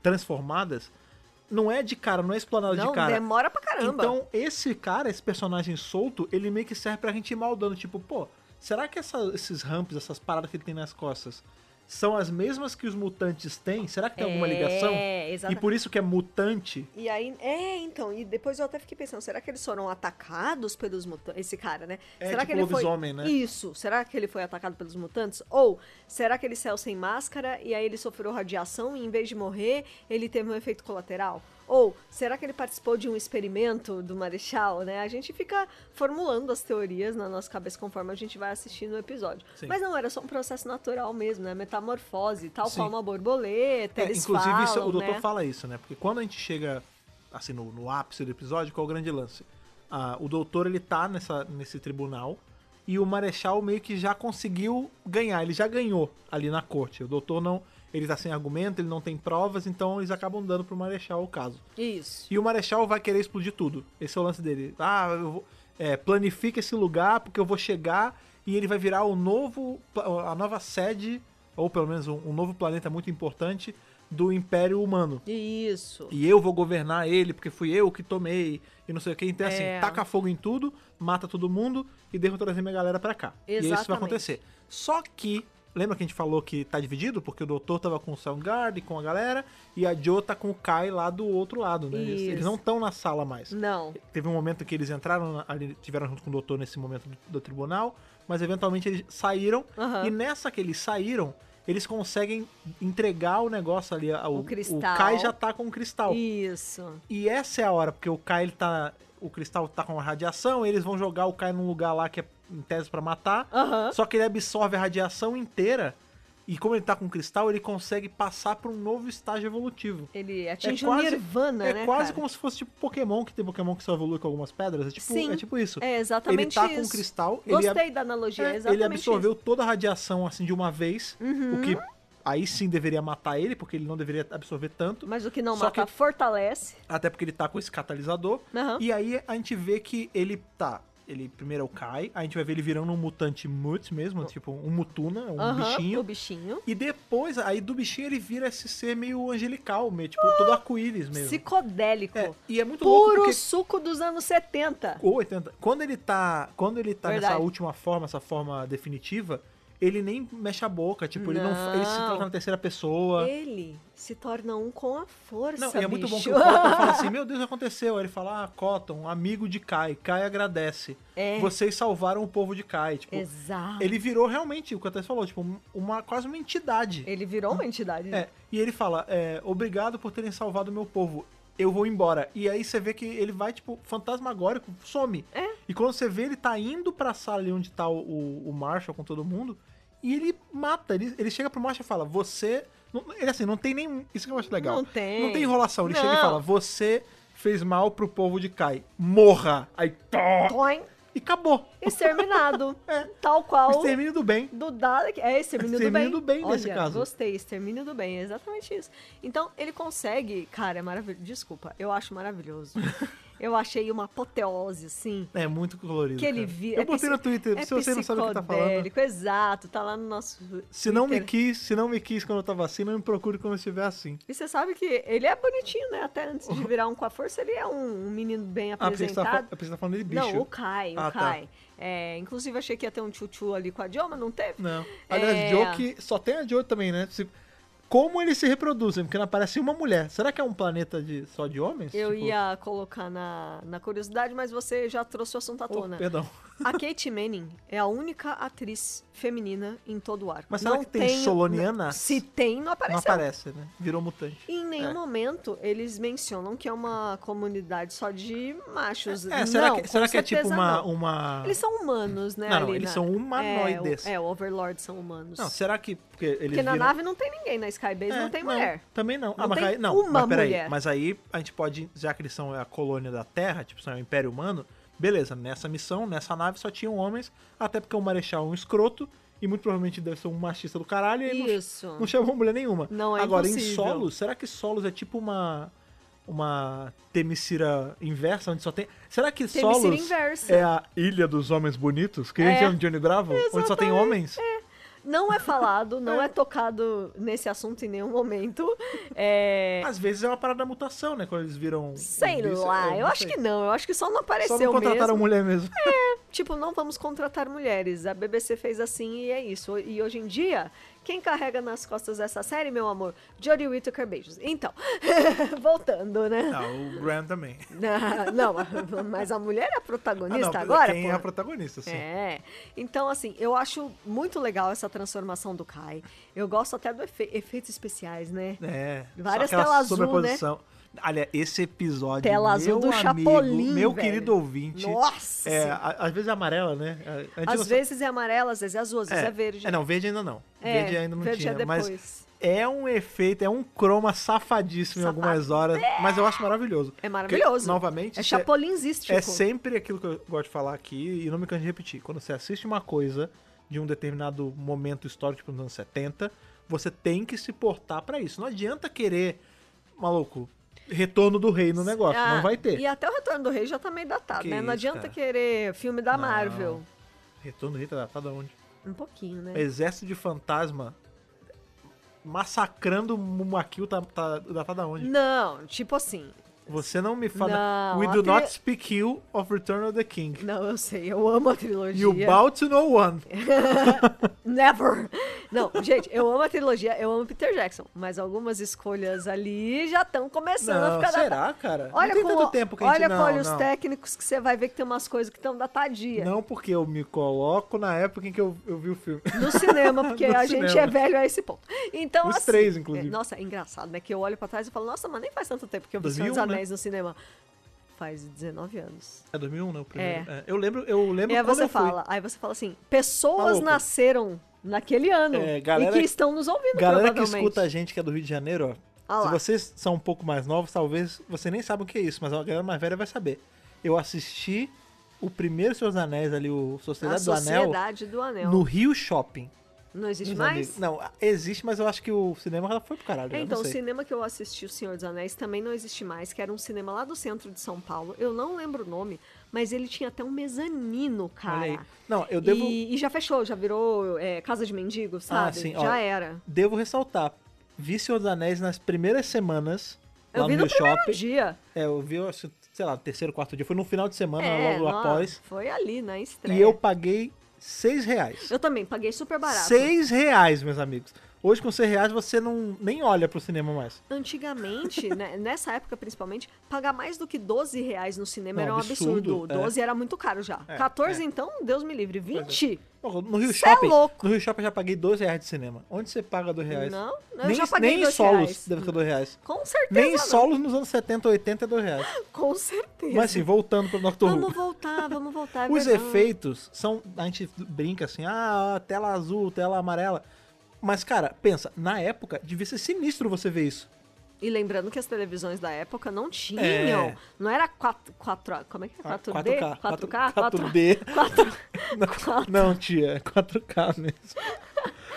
transformadas, não é de cara, não é explanado Não, de cara. demora pra caramba. Então, esse cara, esse personagem solto, ele meio que serve pra gente ir maldando. Tipo, pô, será que essa- esses ramps, essas paradas que ele tem nas costas, são as mesmas que os mutantes têm? Será que tem alguma É, ligação? exata- E por isso que é mutante? E aí, é, então, e depois eu até fiquei pensando, será que eles foram atacados pelos mutantes? Esse cara, né? É, será tipo lobisomem, né? Isso, será que ele foi atacado pelos mutantes? Ou será que ele saiu sem máscara e aí ele sofreu radiação e em vez de morrer, ele teve um efeito colateral? Ou será que ele participou de um experimento do Marechal, né? A gente fica formulando as teorias na nossa cabeça conforme a gente vai assistindo o episódio. Sim. Mas não, era só um processo natural mesmo, né? Metamorfose, tal Sim. qual uma borboleta, É, eles inclusive, falam, isso- o doutor né? fala isso, né? Porque quando a gente chega assim no, no ápice do episódio, qual é o grande lance? Ah, o doutor ele tá nessa, nesse tribunal e o marechal meio que já conseguiu ganhar, ele já ganhou ali na corte. O doutor não, ele tá sem argumento, ele não tem provas, então eles acabam dando pro marechal o caso. Isso. E o Marechal vai querer explodir tudo. Esse é o lance dele. Ah, eu vou, é, planifica esse lugar porque eu vou chegar e ele vai virar o novo, a nova sede, ou pelo menos um, um novo planeta muito importante do Império Humano. Isso. E eu vou governar ele porque fui eu que tomei e não sei o que. Então é assim, É. taca fogo em tudo, mata todo mundo e deixa eu trazer minha galera pra cá. E é isso que vai Exatamente. acontecer. Só que, lembra que a gente falou que tá dividido? Porque o doutor tava com o Soundgarden, com a galera, e a Joe tá com o Kai lá do outro lado, né? Eles, Isso. eles não estão na sala mais. Não. Teve um momento que eles entraram, na- ali, tiveram junto com o doutor nesse momento do, do tribunal, mas eventualmente eles saíram. Aham. E nessa que eles saíram, eles conseguem entregar o negócio ali. a- O, O cristal. O Kai já tá com o cristal. Isso. E essa é a hora, porque o Kai ele tá. O cristal tá com a radiação, eles vão jogar o Kai num lugar lá que é em tese pra matar. Aham. Só que ele absorve a radiação inteira. E como ele tá com cristal, ele consegue passar pra um novo estágio evolutivo. Ele É atinge o quase, Nirvana, é né? quase cara? como se fosse tipo Pokémon, que tem Pokémon que só evolui com algumas pedras. É tipo, Sim. é tipo isso. É exatamente Ele tá com isso. cristal, ele Gostei ab- da analogia, é, exatamente. Uhum. ele absorveu toda a radiação assim de uma vez, o que aí sim deveria matar ele, porque ele não deveria absorver tanto. isso. Mas o que não Só mata que- fortalece. Até porque ele tá com esse catalisador. Aham. E aí a gente vê que ele tá. Ele primeiro é o Kai, a gente vai ver ele virando um mutante mut mesmo, tipo um mutuna, um Oh. Aham, bichinho. O bichinho. E depois, aí do bichinho ele vira esse ser meio angelical, meio tipo Ah! todo arco-íris mesmo. Psicodélico. É, e é muito louco Puro porque suco dos anos 70. ou 80. Quando ele tá, quando ele tá nessa Verdade. última forma, essa forma definitiva, ele nem mexe a boca, tipo, ele não, ele se Não. trata na terceira pessoa. Ele se torna um com a força. Não, e é muito bom que bicho. o Cotton fala assim: Meu Deus, o que aconteceu? Aí ele fala: Ah, Cotton, amigo de Kai. Kai agradece. É. Vocês salvaram o povo de Kai. Tipo, Exato. Ele... ele virou realmente, o que até falou, tipo, um- uma, quase uma entidade. virou uma entidade. É, e ele fala: é, Obrigado por terem salvado o meu povo. Eu vou embora. E aí você vê que ele vai, tipo, fantasmagórico, some. É. E quando você vê, ele tá indo pra sala ali onde tá o, o- o Marshall com todo mundo. E ele mata. Ele, ele chega pro Marshall e fala: Você. não- ele assim, não tem nem. Isso que eu acho legal. Não tem. Não tem enrolação. Ele Não. chega e fala: Você fez mal pro povo de Kai. Morra! Aí. Tó, Toim, e acabou. Exterminado. É. Tal qual. O extermínio do bem. Do Dalek. É, extermínio do bem. Extermínio do bem, Olha, nesse caso. Gostei, extermínio do bem, é exatamente isso. Então, ele consegue. Cara, é maravilhoso. Desculpa, eu acho maravilhoso. eu achei uma apoteose, assim. É muito colorido. Que ele cara. vi. Eu é botei psi- no Twitter, é se você não sabe o que tá falando. psicodélico, Exato, tá lá no nosso. Se não me Twitter. quis, se não me quis quando eu tava assim, não me procure quando eu estiver assim. E você sabe que ele é bonitinho, né? Até antes de virar um com a força, ele é um, um menino bem Oh. Ah, porque você tá, fal- apresentado. porque você tá falando de bicho. não, o Kai, o Ah, tá. Kai. É, inclusive, achei que ia ter um tchutchu ali com a Dioma, não teve? Não. Aliás, É. Joe que só tem a Joe também, né? Se- Como eles se reproduzem? Porque não aparece uma mulher. Será que é um planeta de... só de homens? Eu Tipo, ia colocar na, na curiosidade, mas você já trouxe o assunto à oh, tona. Perdão. A Kate Manning é a única atriz feminina em todo o arco. Mas será Não que tem solonianas? Se tem, não Não apareceu. aparece, né? Virou mutante. E um em nenhum É. momento eles mencionam que é uma comunidade só de machos. É, será não, que, será com que é tipo certeza uma. não. uma... Eles são humanos, né? Não, não, ali eles na- são humanoides. É, o, é, o Overlord são humanos. Não, será que. Porque, eles Porque na viram- nave não tem ninguém, na Skybase É, não tem mulher. também não. ah, Não mas tem aí, não, uma mas peraí. mulher. Mas aí a gente pode, já que eles são é a colônia da Terra, tipo, são o Império Humano, beleza, nessa missão, nessa nave só tinham homens, até porque o Marechal é um escroto e muito provavelmente deve ser um machista do caralho e ele Isso. não, não chamou mulher nenhuma. Não, é Agora, em impossível. Solos, será que Solos é tipo uma uma Temicira inversa, onde só tem... Será que Temecira Solos inversa. é a ilha dos homens bonitos, que a É. gente chama de Johnny Bravo, onde só tem homens? Não é falado, não é tocado nesse assunto em nenhum momento. É, Às vezes é uma parada da mutação, né? Quando eles viram. os Sei bis- lá, eu não acho sei. que não. Eu acho que só não Só apareceu não contrataram mesmo. mulher mesmo. Tipo, não vamos contratar mulheres. A BBC fez assim e é isso. E hoje em dia, quem carrega nas costas essa série, meu amor? Jodie Whittaker, beijos. Então, voltando, né? o Graham também. Ah, Não, mas a mulher é a protagonista não, agora? quem é porra? a protagonista, sim. É. Então, assim, eu acho muito legal essa transformação do Kai. Eu gosto até dos efeitos especiais, né? É. Várias só aquela telas azul, né? sobreposição. Olha, esse episódio. Tela meu azul do amigo, Chapolin, Meu velho. querido ouvinte. Nossa É, Senhora. a- às vezes é amarela, né? A- a gente não Às sabe- vezes é amarela, às vezes é azul, às vezes é, verde. É, não, verde ainda não. É, verde ainda não verde tinha. é Mas depois. é um efeito, é um croma safadíssimo em Safado. algumas horas. Mas eu acho maravilhoso. É Porque, maravilhoso. novamente, É isso chapolinzístico. É sempre aquilo que eu gosto de falar aqui, e não me canso de repetir. Quando você assiste uma coisa de um determinado momento histórico, tipo nos anos 70, você tem que se portar pra isso. Não adianta querer, maluco, retorno do rei no negócio. Ah, não vai E ter. até o Retorno do Rei já tá meio datado, Que né? isso, Não adianta cara. querer filme da Não. Marvel. Retorno do rei tá datado aonde? Um pouquinho, né? Exército de fantasma massacrando o Mumakil tá, tá datado aonde? Não, tipo assim. Você não me fala. Não, We a do tri- not speak ill of Return of the King. Não, eu sei, eu amo a trilogia. You bow to no one. Never! Não, gente, eu amo a trilogia, eu amo Peter Jackson, mas algumas escolhas ali já estão começando a Não, ficar datadas. será, cara? Olha não tem com tanto o- tempo que a gente olha não, com olhos não. técnicos que você vai ver que tem umas coisas que estão datadias. Não porque eu me coloco na época em que eu, eu vi o filme. No cinema, porque No a gente cinema. é velho a esse ponto. Então, Os assim, três, inclusive. é, Nossa, é engraçado, né? Que eu olho pra trás e falo, nossa, mas nem faz tanto tempo que eu vi Senhor dos 2001, né? Anéis no cinema. Faz 19 anos. É 2001, né? O primeiro. É. É, eu lembro, eu lembro E aí quando você eu fui. fala, aí você fala assim, pessoas Maluco. nasceram naquele ano Tá É, galera- e que estão nos ouvindo, Galera que provavelmente. escuta a gente que é do Rio de Janeiro, ó. Ah lá. se vocês são um pouco mais novos, talvez você nem saiba o que é isso, mas a galera mais velha vai saber. Eu assisti o primeiro Seus Anéis ali, o a Sociedade, Sociedade do do Anel. Anel, né, no Rio Shopping. Não existe meus mais? amigos. Não, existe, mas eu acho que o cinema já foi pro caralho. É, eu Tá então, não o sei. cinema que eu assisti, O Senhor dos Anéis, também não existe mais, que era um cinema lá do centro de São Paulo. Eu não lembro o nome, mas ele tinha até um mezanino, cara. Olha aí. Não, eu devo- E, e já fechou, já virou é, casa de mendigo, sabe? Ah, sim, já ó. era. Devo ressaltar, vi Senhor dos Anéis nas primeiras semanas Eu lá vi no no Rio primeiro Shopping. dia. É, eu vi, eu acho, sei lá, terceiro, quarto dia. Foi no final de semana, é, logo nó, após. Foi ali, na estreia. E eu paguei seis reais. Eu também, paguei super barato. Seis reais, meus amigos. Hoje, com seis reais, você não nem olha pro cinema mais. Antigamente, né, nessa época principalmente, pagar mais do que 12 reais no cinema Não, era um absurdo, absurdo. 12 era muito caro já. É, 14, é. então, Deus me livre. 20? Pô, No Rio Cê é Shopping. louco. No Rio Shopping eu já paguei dois reais de cinema. Onde você paga dois reais? Não, eu nem, já paguei nem dois solos reais. deve ser dois reais. Com certeza. Nem não. solos nos anos 70, 80 é dois reais. Com certeza. Mas assim, voltando pro Doctor Who. Vamos voltar, vamos voltar. é Os verdade. efeitos são. A gente brinca assim, ah, tela azul, tela amarela. Mas, cara, pensa, na época devia ser sinistro você ver isso. E lembrando que as televisões da época não tinham. É. Ah, Não era 4, 4, como é que é? 4D? 4K, 4K? 4D. 4, Não, tia, é 4K mesmo.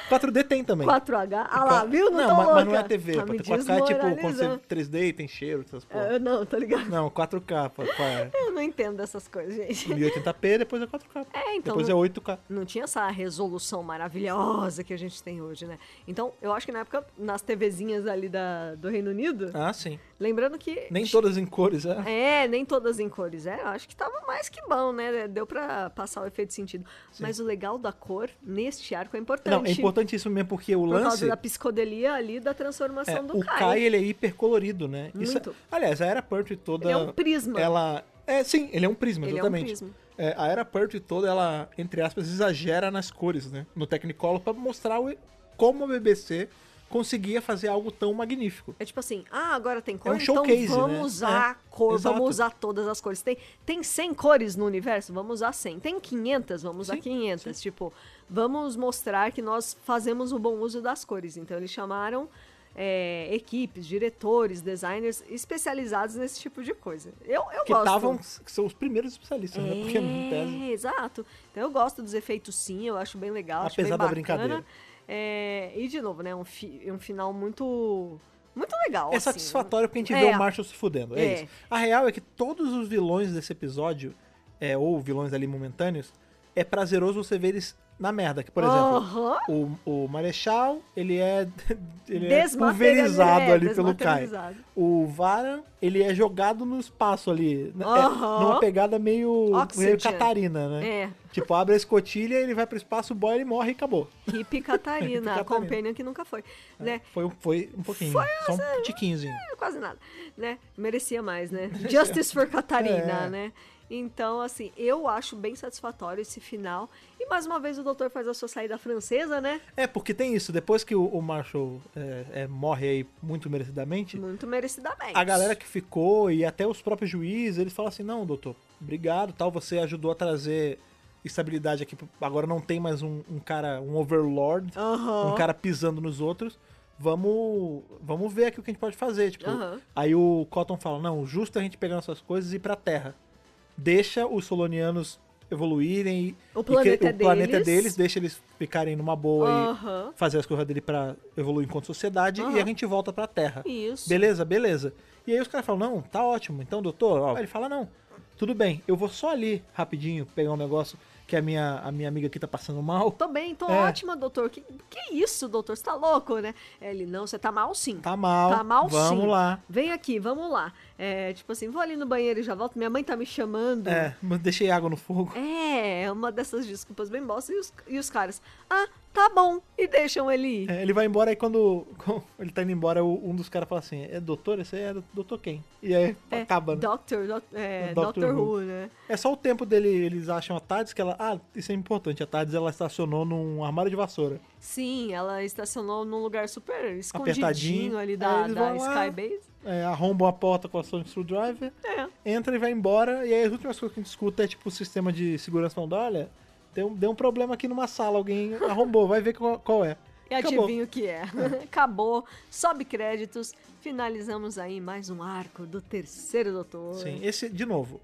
4D tem também. 4, h Ah lá, viu? Não, não, tô mas, louca. mas não é TV. Tá pô. me 4K é tipo quando você desmoralizando. 3D tem cheiro, essas porra. É, não, tô ligado. Não, 4K, pô, qual é? Eu não entendo dessas coisas, gente. 1080p, depois é 4K. É, então, Depois é não- 8K. Não tinha essa resolução maravilhosa que a gente tem hoje, né? Então, eu acho que na época, nas TVzinhas ali da, do Reino Unido, Ah, sim. lembrando que Nem todas em cores, é. É, nem todas em cores. É, eu acho que tava mais que bom, né? Deu pra passar o efeito de sentido. Mas o legal da cor neste arco é importante. Não, é importante isso mesmo, porque o Por lance. causa da psicodelia ali, da transformação É, do o Kai. Kai, ele é hipercolorido, né? Isso, Muito. aliás, a Era Pertwee toda... Ele é um prisma. Ela... É, sim, ele é um prisma, Ele é um exatamente. prisma. É, a era Purdy toda, ela, entre aspas, exagera nas cores, né? No Technicolor, pra mostrar o- como a BBC conseguia fazer algo tão magnífico. É tipo assim, ah, agora tem cor, um então showcase, vamos né? usar É, cor, exato. vamos usar todas as cores. Tem, tem 100 cores no universo? Vamos usar 100. Tem 500? Vamos usar Sim, 500. Tipo, vamos mostrar que nós fazemos o bom uso das cores. Então, eles chamaram é, equipes, diretores, designers especializados nesse tipo de coisa. Eu, eu Que gosto. estavam, que são os primeiros especialistas, né? Porque, em tese, É, exato. Então eu gosto dos efeitos sim, eu acho bem legal, acho Apesar bem da bacana. brincadeira. É, e de novo, né, um, fi- um final muito muito legal. é assim. satisfatório porque a gente É. vê o Marshall se fudendo, é, É. isso. A real é que todos os vilões desse episódio, é, ou vilões ali momentâneos, é prazeroso você ver eles na merda. Que, por exemplo, Aham. o, o Marechal, ele é, ele é Desmaterializado, pulverizado é, ali pelo Kai. desmaterializado. O Varan, ele é jogado no espaço ali, né, é, Aham. numa pegada meio, meio Oxygen. Catarina, né? É. Tipo, abre a escotilha, ele vai pro espaço, boy, ele morre e acabou. Hip Hippie Catarina, Catarina. a companion que nunca foi, né? Foi, um- foi um pouquinho, só um tiquinhozinho. É, Quase nada, né? Merecia mais, né? Justice for Catarina, É. né? Então, assim, eu acho bem satisfatório esse final. E mais uma vez o doutor faz a sua saída francesa, né? É, porque tem isso. Depois que o, o Marshall é, é, morre aí muito merecidamente, Muito merecidamente. a galera que ficou e até os próprios juízes, eles falam assim, não, doutor, obrigado, tal, você ajudou a trazer estabilidade aqui. Agora não tem mais um, um cara, um overlord, Aham. um cara pisando nos outros. Vamos, vamos ver aqui o que a gente pode fazer. Tipo, Aham. Aí o Cotton fala, não, justo é a gente pegar nossas coisas e ir pra Terra. Deixa os solonianos evoluírem e O e que- planeta é o planeta é deles. deles, deixa eles ficarem numa boa e Aham. fazer as coisas dele pra evoluir enquanto sociedade e Aham. a gente volta pra Terra. Isso. Beleza, beleza. E aí os caras falam, não, tá ótimo, então doutor, ó, ele fala, não, tudo bem, eu vou só ali rapidinho pegar um negócio que a minha, a minha amiga aqui tá passando mal. Tô bem, tô É. ótima, doutor. Que, que isso, doutor? Você tá louco, né? Ele, não, você tá mal sim. Tá mal, Tá mal vamos sim. lá. Vem aqui, vamos lá. É, tipo assim, vou ali no banheiro e já volto. Minha mãe tá me chamando. É, mas deixei água no fogo. É, é uma dessas desculpas bem bosta. E os, e os caras, ah, tá bom. E deixam ele ir. É, ele vai embora e quando, quando ele tá indo embora, o- um dos caras fala assim, é doutor? Esse aí é doutor quem? E aí É, acaba, né? Doctor, doc, é, O Doctor, Doctor Who, né? É só o tempo dele, eles acham a Tades que ela... Ah, isso é importante, a Tades ela estacionou num armário de vassoura. Sim, ela estacionou num lugar super escondidinho Apertadinho. ali da, Aí É, eles da vão lá. Sky Base. É, arrombam a porta com a Sonic Screwdriver, É. entra e vai embora, e aí as últimas coisas que a gente escuta é tipo o sistema de segurança falando, olha, tem um, deu um problema aqui numa sala, alguém arrombou, vai ver qual, qual é. E Acabou. adivinha o que é. Acabou, sobe créditos, finalizamos aí mais um arco do terceiro doutor. Sim, esse, de novo,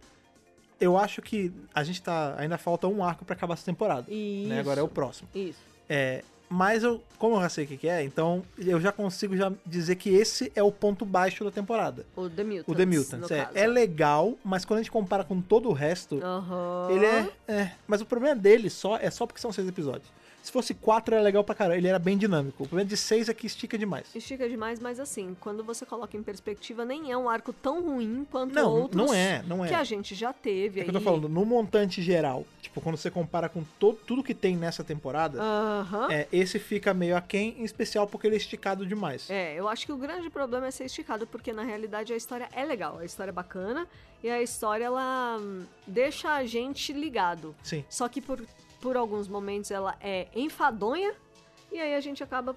eu acho que a gente tá... Ainda falta um arco pra acabar essa temporada. Isso. Né? Agora é o próximo. Isso. É, mas eu, como eu já sei o que, que é, então eu já consigo já dizer que esse é o ponto baixo da temporada. O The Mutants. O The no Mutants. É, caso. Ah. é legal, mas quando a gente compara com todo o resto, Aham. ele é, é. Mas o problema dele só é só porque são seis episódios. Se fosse quatro, era legal pra caramba. Ele era bem dinâmico. O problema de seis é que estica demais. Estica demais, mas assim, quando você coloca em perspectiva, nem é um arco tão ruim quanto Não, outros. não é, não é. Que a gente já teve É aí. que eu tô falando, no montante geral, tipo, quando você compara com todo, tudo que tem nessa temporada, Aham. é, esse fica meio aquém, em especial porque ele é esticado demais. É, eu acho que o grande problema é ser esticado, porque na realidade a história é legal, a história é bacana e a história ela hum, deixa a gente ligado. Sim. Só que por, por alguns momentos ela é enfadonha e aí a gente acaba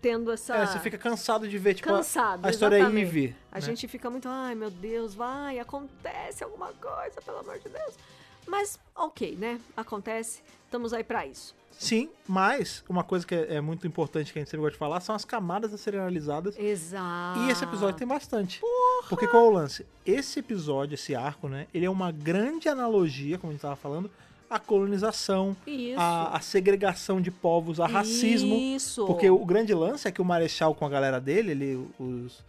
tendo essa. É, você fica cansado de ver, tipo, a- Tá. cansado. a, história é exatamente. Eve. A gente fica muito, ai meu Deus, vai, acontece alguma coisa, pelo amor de Deus. Mas, ok, né? Acontece, estamos aí pra isso. Sim, mas uma coisa que é, é muito importante que a gente sempre gosta de falar são as camadas a serem analisadas. Exato. E esse Ah. episódio tem bastante. Porque qual é o lance? Esse episódio, esse arco, né? Ele é uma grande analogia, como a gente tava falando, à colonização, Isso. à, à segregação de povos, a racismo. Isso. Porque o grande lance é que o Marechal com a galera dele, ele, os,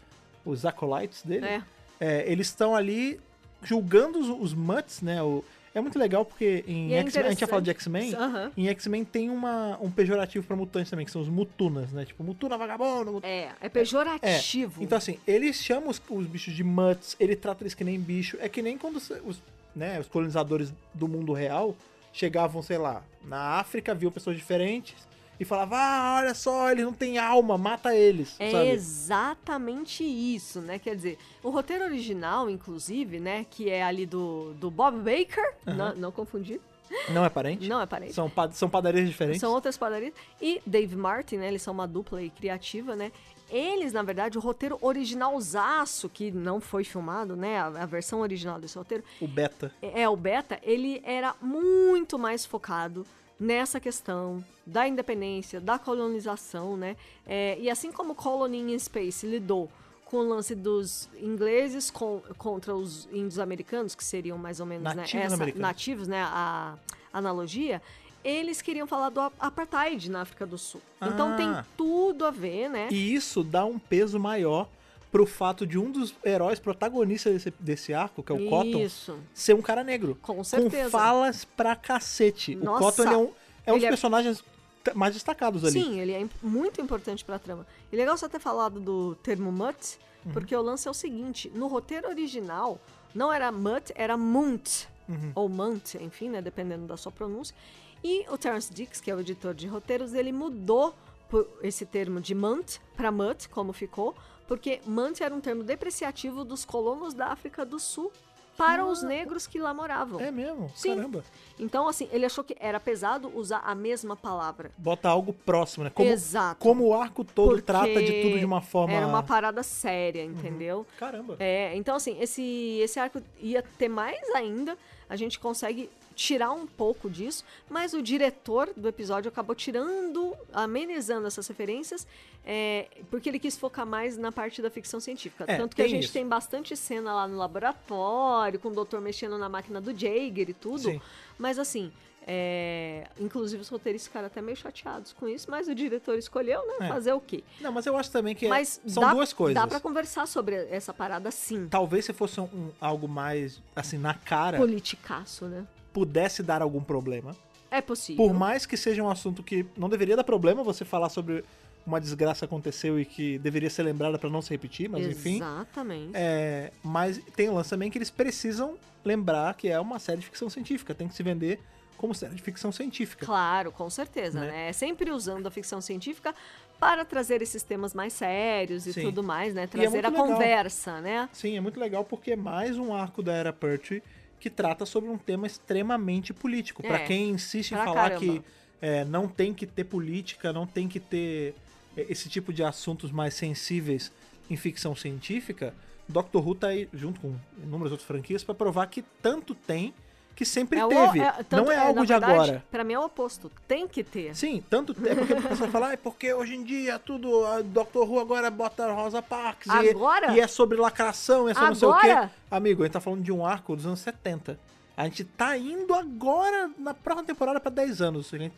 os acolytes dele, É. é, eles estão ali julgando os, os mutts, né? O- é muito legal porque em E é X-Men, a gente já falou de X-Men, Aham. em X-Men tem uma, um pejorativo pra mutantes também, que são os mutunas, né? Tipo, mutuna vagabundo, mutuna... É, é pejorativo. né? Então assim, ele chama os, os bichos de mutts, ele trata eles que nem bicho, é que nem quando os, os, né, os colonizadores do mundo real chegavam, sei lá, na África, viam pessoas diferentes e falava: ah, olha só, eles não têm alma, mata eles. É sabe? exatamente isso, né? Quer dizer, o roteiro original, inclusive, né? Que é ali do, do Bob Baker, não, não confundir, Não é parente? não é parente. São, pa- são padarias diferentes. São outras padarias. E Dave Martin, né? Eles são uma dupla aí criativa, né? Eles, na verdade, o roteiro originalzaço, que não foi filmado, né? A, a versão original desse roteiro, O Beta. é é, o Beta, ele era muito mais focado nessa questão da independência, da colonização, né? É, e assim como Colony in Space lidou com o lance dos ingleses com- contra os índios americanos, que seriam mais ou menos né, Nativos essa- americanos. nativos, né? A analogia. Eles queriam falar do a- apartheid na África do Sul. Então Ah. tem tudo a ver, né? E isso dá um peso maior pro fato de um dos heróis protagonistas desse, desse arco, que é o Cotton, Isso. ser um cara negro. Com certeza. falas pra cacete. Nossa. O Cotton ele é um, é um Ele dos é- personagens t- mais destacados ali. Sim, ele é im- muito importante pra trama. E legal você ter falado do termo mut, Uhum. porque o lance é o seguinte: no roteiro original, não era mut, era munt. Uhum. Ou munt, enfim, né? Dependendo da sua pronúncia. E o Terence Dix, que é o editor de roteiros, ele mudou por- esse termo de munt pra mut, como ficou, porque munt era um termo depreciativo dos colonos da África do Sul para os negros que lá moravam. É mesmo? Sim. Caramba. Então, assim, ele achou que era pesado usar a mesma palavra. Bota algo próximo, né? Como, Exato. como o arco todo Porque trata de tudo de uma forma. Uhum. Era uma parada séria, entendeu? Caramba. É, então assim, esse, esse arco ia ter mais ainda, a gente consegue tirar um pouco disso, mas o diretor do episódio acabou tirando, amenizando essas referências, é, porque ele quis focar mais na parte da ficção científica. É, Tanto que a tem gente isso. tem bastante cena lá no laboratório, com o doutor mexendo na máquina do Jaeger e tudo, Sim. mas assim... é, inclusive os roteiristas ficaram até meio chateados com isso, mas o diretor escolheu, né? É. Fazer o quê? Não, mas eu acho também que é- Mas são dá, duas coisas. Tá Dá pra conversar sobre essa parada sim. Talvez se fosse um, algo mais, assim, na cara, Politicaço, né? pudesse dar algum problema. É possível. Por mais que seja um assunto que não deveria dar problema você falar sobre uma desgraça que aconteceu e que deveria ser lembrada pra não se repetir, mas enfim. Exatamente. É, mas tem o lance também que eles precisam lembrar que é uma série de ficção científica, tem que se vender como série de ficção científica. Claro, com certeza, Né? né? Sempre usando a ficção científica para trazer esses temas mais sérios e Sim. tudo mais, né? E é Trazer muito a legal. conversa, né? Sim, é muito legal porque é mais um arco da Era Pertwee que trata sobre um tema extremamente político. Pra É, quem insiste em pra falar caramba. que é, não tem que ter política, não tem que ter é, esse tipo de assuntos mais sensíveis em ficção científica, Doctor Who tá aí junto com inúmeras outras franquias pra provar que tanto tem que sempre o- teve. tanto- não é na algo de verdade, agora. Pra mim é o oposto. Tem que ter. Sim, tanto é porque o pessoal fala, ah, é porque hoje em dia tudo, a Doctor Who agora é bota Rosa Parks e- Agora? E, é sobre lacração, é sobre não sei o Agora? quê. Amigo, a gente tá falando de um arco dos anos 70. A gente tá indo agora na próxima temporada pra 10 anos. A gente,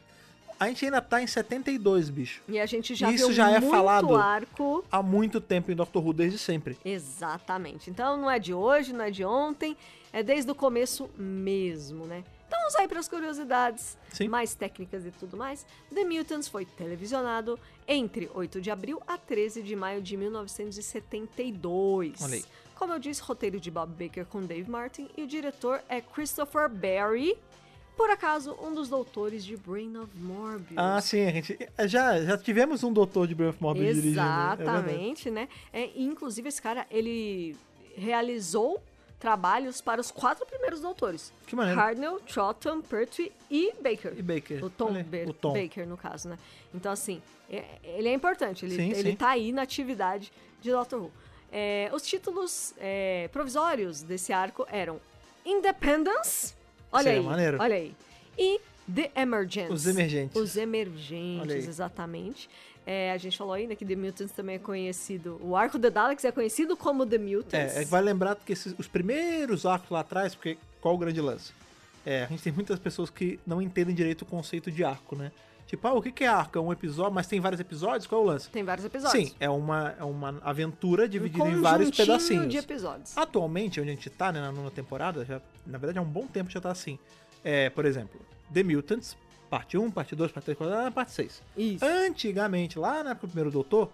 a gente ainda tá em 72, bicho. E a gente já Isso viu já é muito falado. arco. Há muito tempo em Doctor Who, desde sempre. Exatamente. Então não é de hoje, não é de ontem, é desde o começo mesmo, né? Então vamos aí para as curiosidades Sim. mais técnicas e tudo mais. The Mutants foi televisionado entre 8 de abril a 13 de maio de 1972. Olha aí. Como eu disse, roteiro de Bob Baker com Dave Martin e o diretor é Christopher Barry, por acaso um dos doutores de Brain of Morbius. Ah, sim, a gente. Já, já tivemos um doutor de Breath Morbius dirigindo. é verdade. Exatamente, né? É, e, inclusive, esse cara, ele realizou trabalhos para os quatro primeiros doutores. Que maneiro. Hartnell, Troughton, Pertwee e Baker. E Baker. O Tom, Olha aí, Ba- o Tom. Baker, no caso, né? Então, assim, é- ele é importante. Ele, Sim, ele sim. tá aí na atividade de Doctor Who. É, os títulos é, provisórios desse arco eram Independence, olha Seria aí, maneiro. olha aí, e The Emergence. Os Emergentes. Os Emergentes, Olha aí. exatamente. É, a gente falou ainda que The Mutants também é conhecido. O arco da Daleks é conhecido como The Mutants. É, é, vai lembrar que esses- os primeiros arcos lá atrás, porque qual o grande lance? É, a gente tem muitas pessoas que não entendem direito o conceito de arco, né? Tipo, ah, o que que é arco? É um episódio, mas tem vários episódios? Qual é o lance? Tem vários episódios. Sim, é uma, é uma aventura dividida um em vários conjuntinho pedacinhos. Ah, de episódios. Atualmente, onde a gente tá, né, na nona temporada, já, na verdade há um bom tempo que já tá assim. É, por exemplo, The Mutants, parte 1, parte 2, parte 3, parte 4, parte 6. Isso. Antigamente, lá na época do primeiro doutor,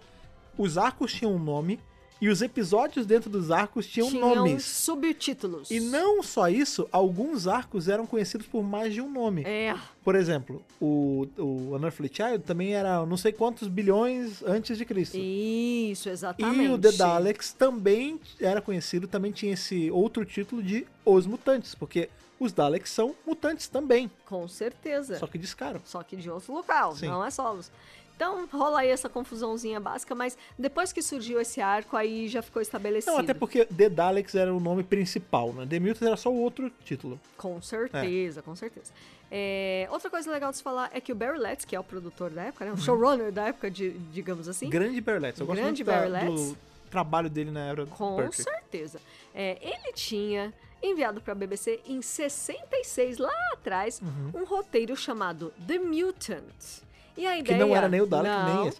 os arcos tinham um nome E os episódios dentro dos arcos tinham Tinham um nomes. subtítulos. E não só isso, alguns arcos eram conhecidos por mais de um nome. É. Por exemplo, o, o Unearthly Child também era não sei quantos bilhões antes de Cristo. Isso, exatamente. E o The Daleks também era conhecido, também tinha esse outro título de Os Mutantes, porque os Daleks são mutantes também, Com certeza. só que descaram. Só que de outro local, Sim. não é solos. Então rola aí essa confusãozinha básica, mas depois que surgiu esse arco, aí já ficou estabelecido. Não, Então, até porque The Daleks era o nome principal, né? The Mutants era só o outro título. Com certeza, com certeza. É, outra coisa legal de se falar é que o Barry Letts, que é o produtor da época, né, o showrunner da época, de, digamos assim, Grande Berlitz. Eu gosto muito Grande da- Berlitz. do trabalho dele na era com Percy. certeza, é, ele tinha enviado para a BBC em 66, lá atrás, Uhum. um roteiro chamado The Mutant. E a ideia... não era nem o Dalek, não, nem esse.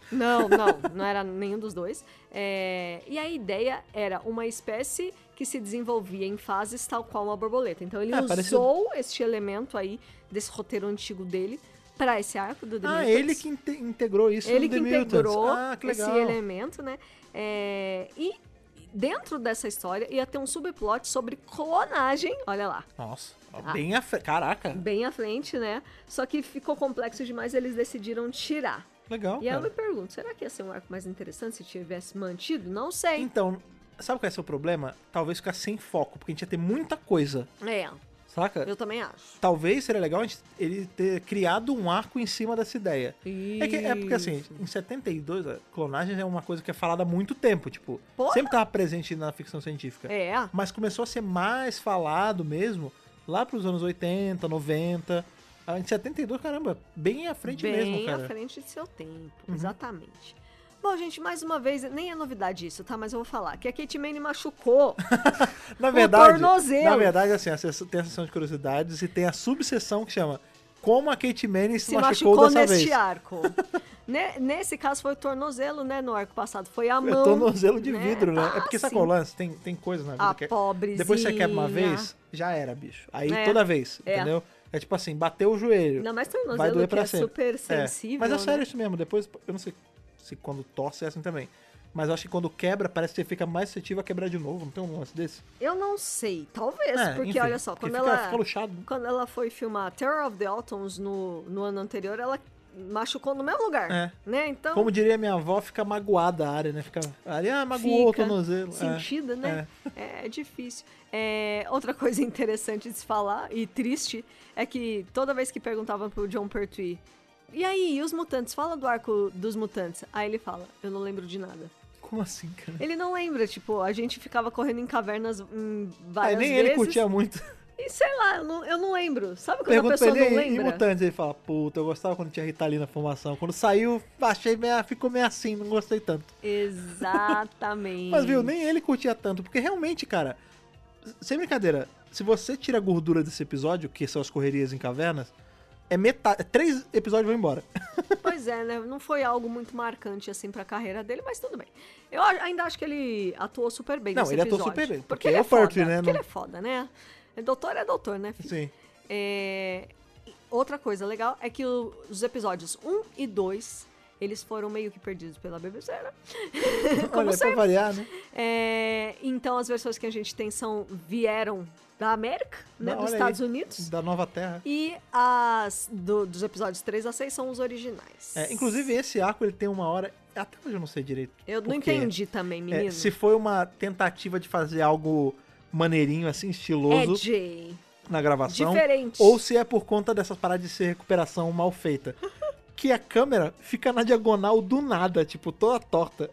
Não, não, não era nenhum dos dois. É, e a ideia era uma espécie que se desenvolvia em fases tal qual uma borboleta. Então ele É, usou parecido. este elemento aí desse roteiro antigo dele para esse arco do The Ah, Mutants. ele que inte- integrou isso Ele no que The Mutants. integrou ah, que esse legal. elemento, né? É, e dentro dessa história ia ter um subplot sobre clonagem, olha lá, Nossa, ó, Ah. bem a fe... Caraca, bem à frente, né? Só que ficou complexo demais, eles decidiram tirar. legal, E é aí eu me cara. pergunto, será que ia ser um arco mais interessante se tivesse mantido? Não sei. Então, sabe qual é o seu problema? Talvez ficar sem foco, porque a gente ia ter muita coisa, É, saca? eu também acho. Talvez seria legal a gente- ele ter criado um arco em cima dessa ideia. É, que- é porque assim, em 72, a clonagem é uma coisa que é falada há muito tempo, tipo, Porra! sempre tava presente na ficção científica. É, Mas começou a ser mais falado mesmo lá pros anos 80, 90. Ah, Em 72, caramba, bem à frente bem mesmo, cara. Uhum. à frente de seu tempo, exatamente. Bom, gente, mais uma vez, nem é novidade isso, tá? Mas eu vou falar que a Kate Mane machucou. Na verdade, tornozelo. na verdade, assim, a sessão- tem a sessão de curiosidades e tem a subseção que chama Como a Kate Manning se, se machucou, dessa neste vez. arco. Ne- Nesse caso foi o tornozelo, né? No arco passado. Foi a É mão. tornozelo de né? vidro, né? Ah, É porque sim. sabe qual é o lance? Tem, tem coisa na vida A que é- pobrezinha. Depois que você quebra uma vez, já era, bicho. Aí É. toda vez, É. entendeu? É tipo assim, bateu o joelho. Ainda mais tornozelo vai doer que pra é sempre. super É. sensível, Mas é né? sério isso mesmo. Depois, eu não sei se quando torce é assim também. Mas eu acho que quando quebra, parece que você fica mais suscetível a quebrar de novo. Não tem um lance desse? Eu não sei, talvez, É, porque enfim, olha só, porque quando fica- ela. fica luxado, né? Quando ela foi filmar Terror of the Autons no, no ano anterior, ela machucou no mesmo lugar. É. Né? Então. Como diria minha avó, fica magoada a área, né? Fica. A área ah, magoou fica o tornozelo. É. Sentida, né? É, difícil. É, outra coisa interessante de se falar e triste é que toda vez que perguntavam pro John Pertwee, e aí, e os mutantes? Fala do arco dos mutantes. Aí ele fala, eu não lembro de nada. Como assim, cara? Ele não lembra, tipo, a gente ficava correndo em cavernas Aí em várias É, nem vezes. ele curtia muito. E sei lá, eu não, eu não lembro. Sabe quando a Pergunta pra pessoa não ele e- e lembra? mutantes. Ele fala, puta, eu gostava quando tinha Ritalina na formação. Quando saiu, achei meio, ficou meio assim, não gostei tanto. Exatamente. Mas viu, nem ele curtia tanto, porque realmente, cara, sem brincadeira, se você tira a gordura desse episódio, que são as correrias em cavernas, é metade. Três episódios vão embora. Pois é, né? Não foi algo muito marcante assim pra carreira dele, mas tudo bem. Eu a- ainda acho que ele atuou super bem Não, nesse ele atuou episódio. super bem, Porque, porque ele é é o Pertwee, foda, né? Porque Não- ele é foda, né? É Doutor é doutor, né, filho? Sim. É, e Outra coisa legal é que o- os episódios 1 e 2, eles foram meio que perdidos pela BBC, né? Como Olha, é pra sempre. variar, né? É, Então as versões que a gente tem são vieram da América, né? Não, dos olha Estados aí, Unidos. Da Nova Terra. E as do- dos episódios 3 a 6 são os originais. É, inclusive, esse arco ele tem uma hora. Até hoje eu não sei direito. Eu por não quê. entendi também, É, menino. se foi uma tentativa de fazer algo maneirinho, assim, É, estiloso Edgy. na gravação. Diferente. Ou se é por conta dessas paradas de ser recuperação mal feita. que a câmera fica na diagonal do nada, tipo, toda torta.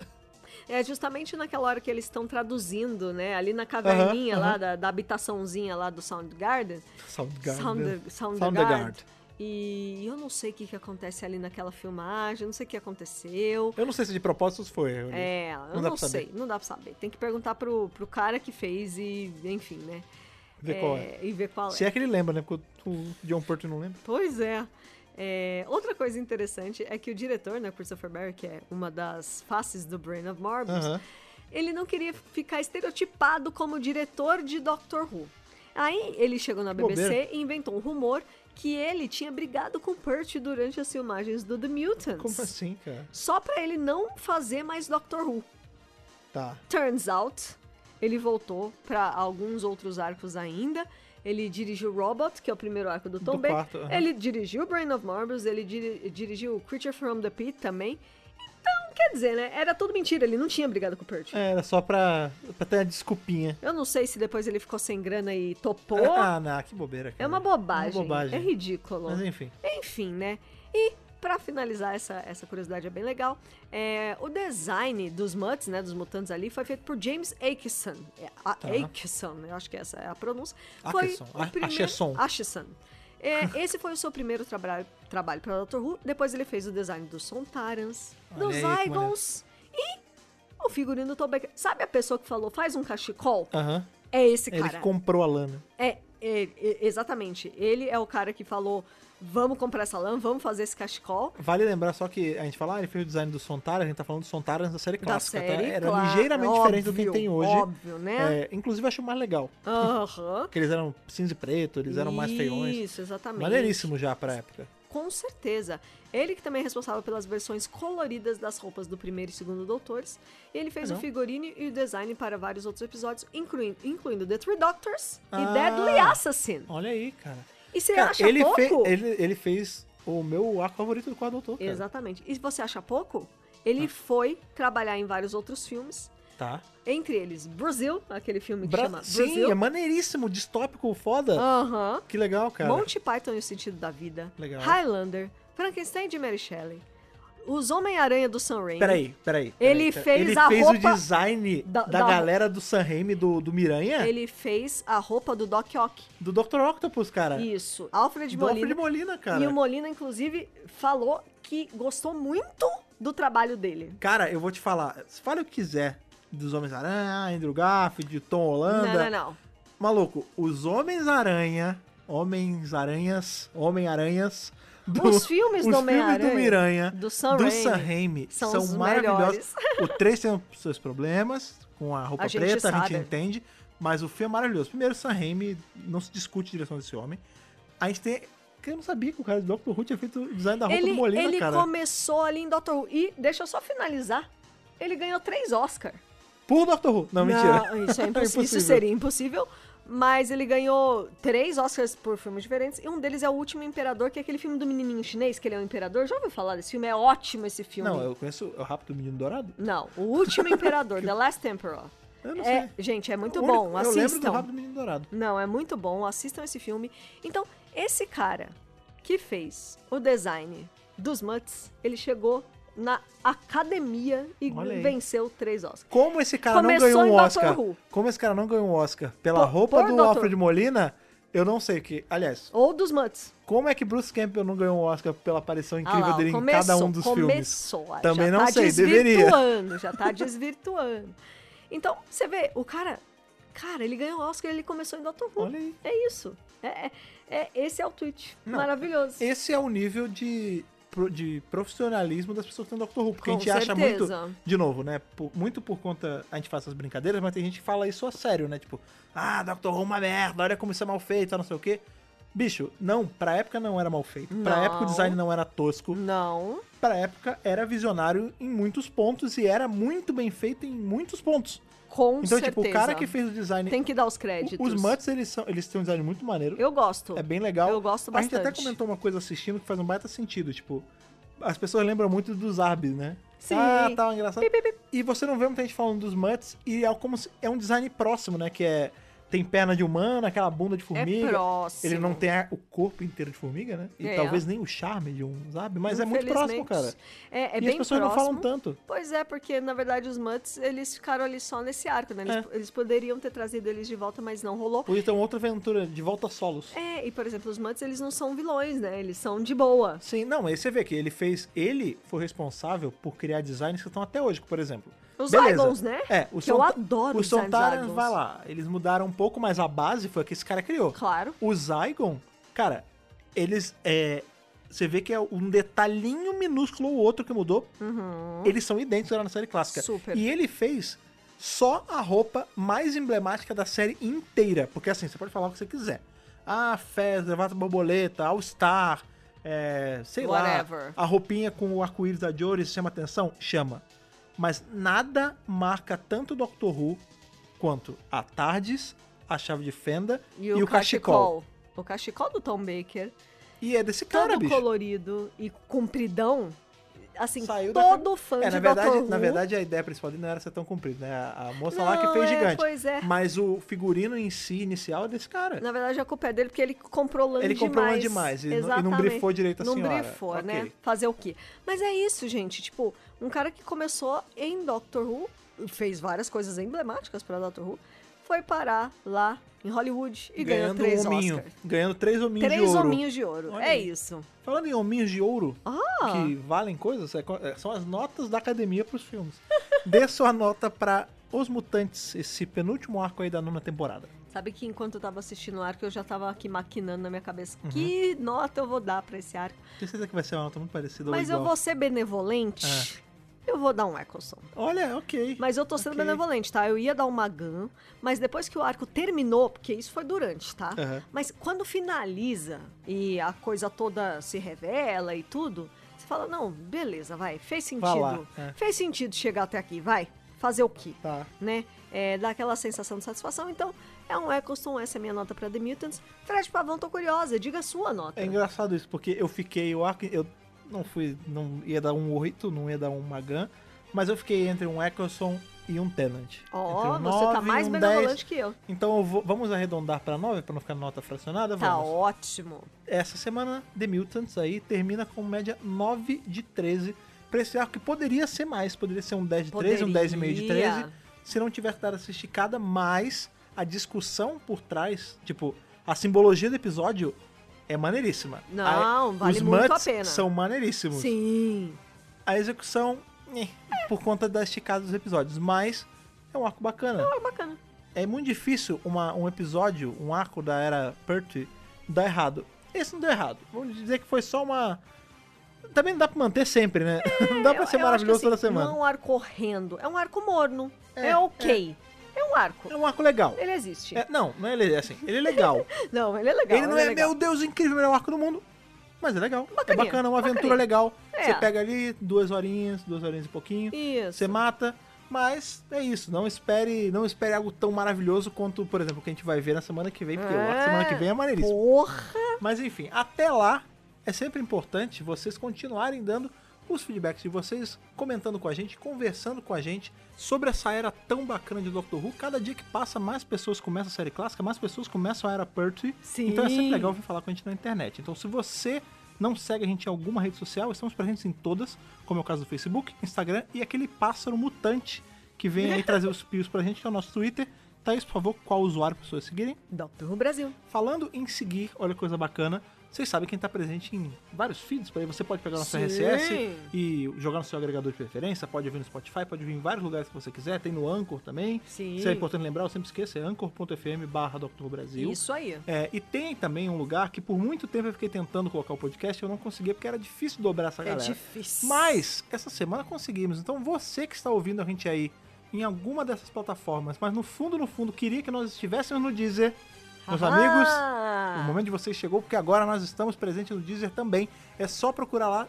É justamente naquela hora que eles estão traduzindo, né? Ali na caverninha Aham, lá, aham. da, da habitaçãozinha lá do Soundgarden. Soundgarden. Sounder- Soundgarden. Soundgarden. E eu não sei o que, que acontece ali naquela filmagem, não sei o que aconteceu. Eu não sei se de propósito foi. eu- É, eu dá não, pra saber. sei, não dá pra saber. Tem que perguntar pro, pro cara que fez e, enfim, né? Ver qual é. E ver qual Se é que ele lembra, né? Porque o o John Porto não lembra. Pois é. É, Outra coisa interessante é que o diretor, né, Christopher Barry, que é uma das faces do Brain of Morbius, Aham. ele não queria ficar estereotipado como diretor de Doctor Who. Aí ele chegou na Que BBC bobeira. e inventou um rumor que ele tinha brigado com Perch durante as assim? filmagens do The Mutants. Como assim, cara? Só pra ele não fazer mais Doctor Who. Tá. Turns out, ele voltou pra alguns outros arcos ainda. Ele dirigiu Robot, que é o primeiro arco do Tom Do Baker. quarto, aham. Ele dirigiu Brain of Marbles, ele diri- dirigiu Creature from the Pit também. Então, quer dizer, né? Era tudo mentira, ele não tinha brigado com o Perch. É, era só pra, pra ter a desculpinha. Eu não sei se depois ele ficou sem grana e topou. Ah, não, que bobeira, cara. É uma bobagem. Uma bobagem. É ridículo. Mas enfim. Enfim, né? E pra finalizar essa, essa curiosidade é bem legal, é, o design dos Mutts, né, dos mutantes ali, foi feito por James Akeson. É, a, Tá. Akeson, eu acho que essa é a pronúncia. Acheson, Foi o a- primeiro, Acheson. Acheson. É, esse foi o seu primeiro trabra- trabalho para Doctor Who. Depois ele fez o design dos Sontarans, Olha dos aí que maneiro. Zygons e o figurino do Tom Baker. Sabe a pessoa que falou, faz um cachecol? Aham. É esse cara. Ah. Ele que comprou a lana. É, é, é, exatamente. Ele é o cara que falou: vamos comprar essa lã, vamos fazer esse cachecol. Vale lembrar só que a gente fala, ah, ele fez o design do Sontarans, a gente tá falando do Sontarans da série Da clássica, série, tá? Era claro, ligeiramente diferente do que óbvio, tem hoje. óbvio, né? É, inclusive eu acho mais legal. Aham. Porque eles eram cinza e preto, eles eram mais feiões. Isso, exatamente. Maneiríssimo já pra época. Com certeza. Ele que também é responsável pelas versões coloridas das roupas do primeiro e segundo Doutores. E ele fez Ah, o não? figurino e o design para vários outros episódios, incluindo, incluindo The Three Doctors Ah. e Deadly Assassin. Olha aí, cara. E você Cara, acha ele, pouco? fe- ele, ele fez o meu arco favorito do quadro doutor, cara. Exatamente. E você acha pouco? Ah. Ele foi trabalhar em vários outros filmes. Tá. Entre eles, Brasil, aquele filme que Bra- chama Sim, Brasil. Ah, é maneiríssimo, distópico, foda. Aham. Que legal, cara. Monty Python e o Sentido da Vida. Legal. Highlander. Frankenstein de Mary Shelley. Os Homem-Aranha do Sam Raimi. Peraí, peraí. peraí, Ele peraí. fez Ele a fez roupa o design da, da- da- galera do San Raimi, do, do Miranha, Ele fez a roupa do Doc Ock. do Dr. Octopus, cara. Isso. Alfred É. do Molina. Alfred Molina, cara. E o Molina, inclusive, falou que gostou muito do trabalho dele. Cara, eu vou te falar. Fale o que quiser dos Homens-Aranha, Andrew Garfield, de Tom Holanda. Não, não, não. Maluco, os Homens-Aranha, Homens-Aranhas, Homem-Aranhas... do- Os filmes do os filmes Homem-Aranha, do Miranha, do Sam do Raimi, Sam Raimi, são, são os maravilhosos. O 3 tem os seus problemas, com a roupa A gente preta, a sabe. gente entende, mas o filme é maravilhoso. Primeiro, Sam Raimi, não se discute a direção desse homem. A gente tem... que Eu não sabia que o cara do Doctor Who tinha feito o design da roupa ele do Molina, ele cara. começou ali em Doctor Who. E deixa eu só finalizar. Ele ganhou três Oscars. Por Doctor Who. Não, mentira. Isso, é imposs- isso seria impossível. Mas ele ganhou três Oscars por filmes diferentes. E um deles é O Último Imperador, que é aquele filme do menininho chinês, que ele é um imperador. Já ouviu falar desse filme? É ótimo esse filme. Não, eu conheço o Rápido Menino Dourado. Não, O Último Imperador, The Last Emperor. Eu não É, sei. gente, é muito O único- bom. assistam. Eu lembro do Rápido Menino Dourado. Não, é muito bom. Assistam esse filme. Então, esse cara que fez o design dos Mutts, ele chegou na academia e Olha aí. venceu três Oscars. Como esse cara Começou não ganhou um em Dr. Oscar? Who. Como esse cara não ganhou um Oscar pela Por- roupa por do Dr. Alfred Molina, eu não sei o que. Aliás, Ou dos Mutts. como é que Bruce Campbell não ganhou um Oscar pela aparição Ah incrível lá, ó, dele em começou, cada um dos começou, filmes? ah, Também já não tá sei, deveria. desvirtuando, Já tá desvirtuando. Então, você vê, o cara... Cara, ele ganhou o Oscar ele começou em Doctor Who. Olha aí. É isso. É, é- é- esse é o tweet. Não, Maravilhoso. Esse é o nível de, pro- de profissionalismo das pessoas que estão no Doctor Who. Porque a Com gente acha muito. certeza. De novo, né? por- muito por conta. A gente faz essas brincadeiras, mas tem gente que fala isso a sério, né? Tipo, ah, Doctor Who é uma merda, olha como isso é mal feito, não sei o quê. Bicho, não, pra época não era mal feito. Pra Não. época o design não era tosco. Não. Pra época era visionário em muitos pontos e era muito bem feito em muitos pontos. Com então, certeza. tipo, o cara que fez o design. Tem que dar os o- créditos. os Mutts, eles, são, eles têm um design muito maneiro. Eu gosto. É bem legal. Tipo, Eu gosto A gente até bastante. comentou uma coisa assistindo que faz um baita sentido, tipo, as pessoas lembram muito dos Arbis, né? Sim. Ah, tá, engraçado. Pi, pi, pi. E você não vê muita gente falando dos Mutts e é como se- é um design próximo, né? Que é tem perna de humano, aquela bunda de formiga. É próximo. Ele não tem a- o corpo inteiro de formiga, né? E É. talvez nem o charme de um, sabe? Mas é muito próximo, Infelizmente. cara. É, é e bem as pessoas não próximo. falam tanto. Pois é, porque na verdade os Mutts, eles ficaram ali só nesse arco, né? Eles, É. eles poderiam ter trazido eles de volta, mas não rolou. Podia ter uma então, outra aventura de volta a solos. É, e por exemplo, os Mutts, eles não são vilões, né? Eles são de boa. Sim, não, aí você vê que ele fez. Ele foi responsável por criar designs que estão até hoje, por exemplo. Os Beleza. Zygons, né? É, o Que eu Sonta- adoro O os designs Sontarans, Zygons. vai lá. Eles mudaram um pouco, mas a base foi a que esse cara criou. Claro. O Zygon, cara, eles. É, você vê que é um detalhinho minúsculo ou outro que mudou. Eles são idênticos lá na série clássica. Uhum. Super. E ele fez só a roupa mais emblemática da série inteira. Porque assim, você pode falar o que você quiser. Ah, Fez, Levanta Borboleta, All Star, é, sei Whatever. lá. A roupinha com o arco-íris da Jory chama atenção? Chama. Mas nada marca tanto Doctor Who quanto a TARDIS, a chave de fenda e, o cachecol. O cachecol do Tom Baker. E é desse cara, Todo bicho. colorido e compridão. Assim, Saiu da todo fã É, de na verdade, Doctor Who. na verdade, a ideia principal dele não era ser tão comprida, né? A a moça lá que Não, fez é, gigante. pois é. Mas o figurino em si, inicial, é desse cara. Na verdade, a culpa é dele porque ele comprou lã Ele demais. comprou lã demais e não- e não Exatamente. brifou direito a Não senhora. brifou, Ok. né? Fazer o quê? Mas é isso, gente. Tipo, um cara que começou em Doctor Who, fez várias coisas emblemáticas pra Doctor Who, foi parar lá em Hollywood e ganhou ganhando três um hominho. Oscars. Ganhando três hominhos Três de ouro. hominhos de ouro. Olha é aí. isso. Falando em hominhos de ouro, Ah. que valem coisas, é co- é- são as notas da academia pros filmes. Dê sua nota pra Os Mutantes, esse penúltimo arco aí da nona temporada. Sabe que enquanto eu tava assistindo o arco, eu já tava aqui maquinando na minha cabeça Uhum. que nota eu vou dar pra esse arco. Tenho certeza que vai ser uma nota muito parecida ou Mas eu igual. vou ser benevolente. É. Eu vou dar um Eccleston. Olha, ok. Mas eu tô sendo Ok. benevolente, tá? Eu ia dar uma Magan, mas depois que o arco terminou, porque isso foi durante, tá? Aham. Mas quando finaliza e a coisa toda se revela e tudo, você fala, não, beleza, vai, fez Vai lá, sentido. é. Fez sentido chegar até aqui, vai. Fazer o quê? Tá. Né? É, dá aquela sensação de satisfação. Então, é um Eccleston, essa é a minha nota pra The Mutants. Fred Pavão, tô curiosa, diga a sua nota. É engraçado isso, porque eu fiquei, eu, ac- eu não fui, não ia dar um 8, não ia dar um Magan, mas eu fiquei entre um Eccleston e um Tenant. entre Ó, um você tá 9 e mais um 10. benevolente que eu. Então eu vou- vamos arredondar pra 9, pra não ficar nota fracionada? Tá Vamos. ótimo. Essa semana, The Mutants aí termina com média 9 de 13 pra esse arco, que poderia ser mais, poderia ser um 10 de 13, um 10,5 de 13, Poderia. se não tiver dado essa esticada, mas a discussão por trás, tipo, a simbologia do episódio é maneiríssima. Não, A- vale os muito a Mutts pena. são maneiríssimos. Sim. A execução, né, por conta da esticada dos episódios, mas é um arco bacana. Foi bacana. É muito difícil uma- um episódio, um arco da era Pertwee dar errado. Esse não deu errado. Vamos dizer que foi só uma. Também não dá pra manter sempre, né? não dá pra É, Eu- ser eu maravilhoso acho que, toda assim, semana. Não é um arco horrendo, é um arco morno. É, É, ok. É. um arco. É um arco legal. Ele existe. É, não, não é ele, é assim. Ele é legal. Não, ele é legal. ele não é, meu Deus, incrível, melhor arco do mundo. Mas é legal. Bacaninha, é bacana, uma bacaninha. aventura legal. É. Você pega ali duas horinhas, duas horinhas e pouquinho. Isso. Você mata. Mas é isso. Não espere, não espere algo tão maravilhoso quanto, por exemplo, o que a gente vai ver na semana que vem. Porque o arco É. semana que vem é maneiríssimo. Porra! Mas enfim, até lá é sempre importante vocês continuarem dando os feedbacks de vocês, comentando com a gente, conversando com a gente sobre essa era tão bacana de Doctor Who. Cada dia que passa, mais pessoas começam a série clássica, mais pessoas começam a era Pertwee. Sim. Então é sempre legal vir falar com a gente na internet. Então se você não segue a gente em alguma rede social, estamos presentes em todas, como é o caso do Facebook, Instagram e aquele pássaro mutante que vem aí trazer os pios pra gente, que é o nosso Twitter. Thaís, por favor, qual usuário para pessoas seguirem? Doctor Who Brasil. Falando em seguir, olha que coisa bacana. Vocês sabem quem tá presente em vários feeds, por aí você pode pegar nosso Sim. RSS e jogar no seu agregador de preferência, pode ouvir no Spotify, pode ouvir em vários lugares que você quiser, tem no Anchor também. Sim. Isso é importante lembrar, eu sempre esqueço, é anchor.fm barra Dr. Brasil. Isso aí. É, e tem também um lugar que por muito tempo eu fiquei tentando colocar o podcast, eu não conseguia porque era difícil dobrar essa galera. É difícil. Mas essa semana conseguimos. Então você que está ouvindo a gente aí em alguma dessas plataformas, mas no fundo, no fundo, queria que nós estivéssemos no Deezer. Meus Ah! amigos, o momento de vocês chegou, porque agora nós estamos presentes no Deezer também. É só procurar lá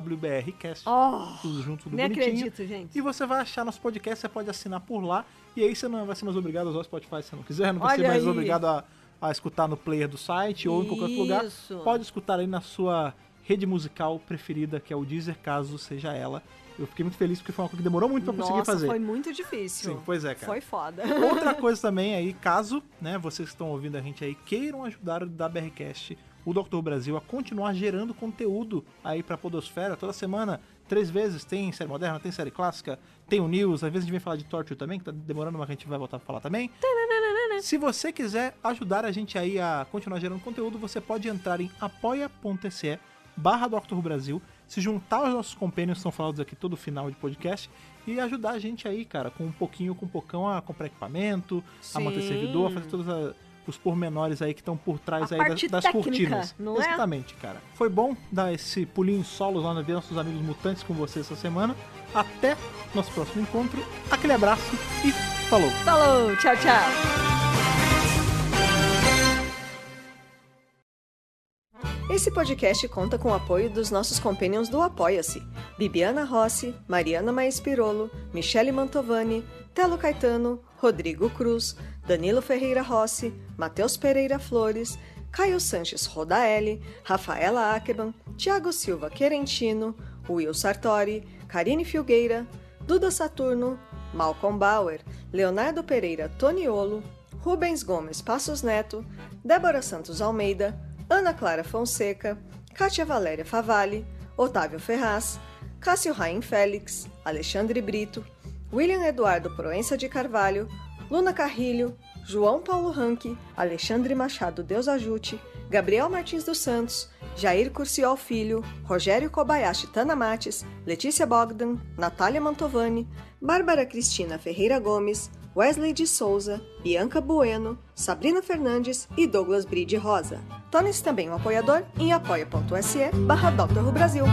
DWBRcast, Oh, tudo junto do nem bonitinho. acredito, gente. E você vai achar nosso podcast, você pode assinar por lá. E aí você não vai ser mais obrigado a usar o Spotify se você não quiser, não vai Olha ser mais aí. obrigado a, a escutar no player do site ou em qualquer outro lugar. Isso. Pode escutar aí na sua rede musical preferida, que é o Deezer, caso seja ela. Eu fiquei muito feliz porque foi uma coisa que demorou muito pra conseguir Nossa, fazer. foi muito difícil. Sim, pois é, cara. Foi foda. Outra coisa também aí, caso né, vocês que estão ouvindo a gente aí queiram ajudar o WRCast, o Dr. Brasil, a continuar gerando conteúdo aí pra Podosfera toda semana. Três vezes tem série moderna, tem série clássica, tem o News, às vezes a gente vem falar de Torture também, que tá demorando, mas a gente vai voltar pra falar também. né? Se você quiser ajudar a gente aí a continuar gerando conteúdo, você pode entrar em apoia.se barra Dr. Brasil, se juntar aos nossos companions que são falados aqui todo final de podcast e ajudar a gente aí, cara, com um pouquinho, com um pocão a comprar equipamento, a manter Sim. servidor, a fazer todos a- os pormenores aí que estão por trás A aí da- parte das, técnica, cortinas. não é? Exatamente, cara. Foi bom dar esse pulinho solo lá na ver nossos amigos mutantes com você essa semana. Até nosso próximo encontro. Aquele abraço e falou! Falou, tchau, tchau. Esse podcast conta com o apoio dos nossos companions do Apoia-se. Bibiana Rossi, Mariana Maes Pirolo, Michele Mantovani, Telo Caetano, Rodrigo Cruz, Danilo Ferreira Rossi, Matheus Pereira Flores, Caio Sanches Rodaelli, Rafaela Ackerman, Tiago Silva Querentino, Will Sartori, Karine Filgueira, Duda Saturno, Malcolm Bauer, Leonardo Pereira Toniolo, Rubens Gomes Passos Neto, Débora Santos Almeida, Ana Clara Fonseca, Kátia Valéria Favalli, Otávio Ferraz, Cássio Raim Félix, Alexandre Brito, William Eduardo Proença de Carvalho, Luna Carrilho, João Paulo Ranque, Alexandre Machado Deus Ajute, Gabriel Martins dos Santos, Jair Curciol Filho, Rogério Kobayashi Tana Mates, Letícia Bogdan, Natália Mantovani, Bárbara Cristina Ferreira Gomes, Wesley de Souza, Bianca Bueno, Sabrina Fernandes e Douglas Bride Rosa. Torne-se também um apoiador em apoia.se barra Dr. Who Brasil.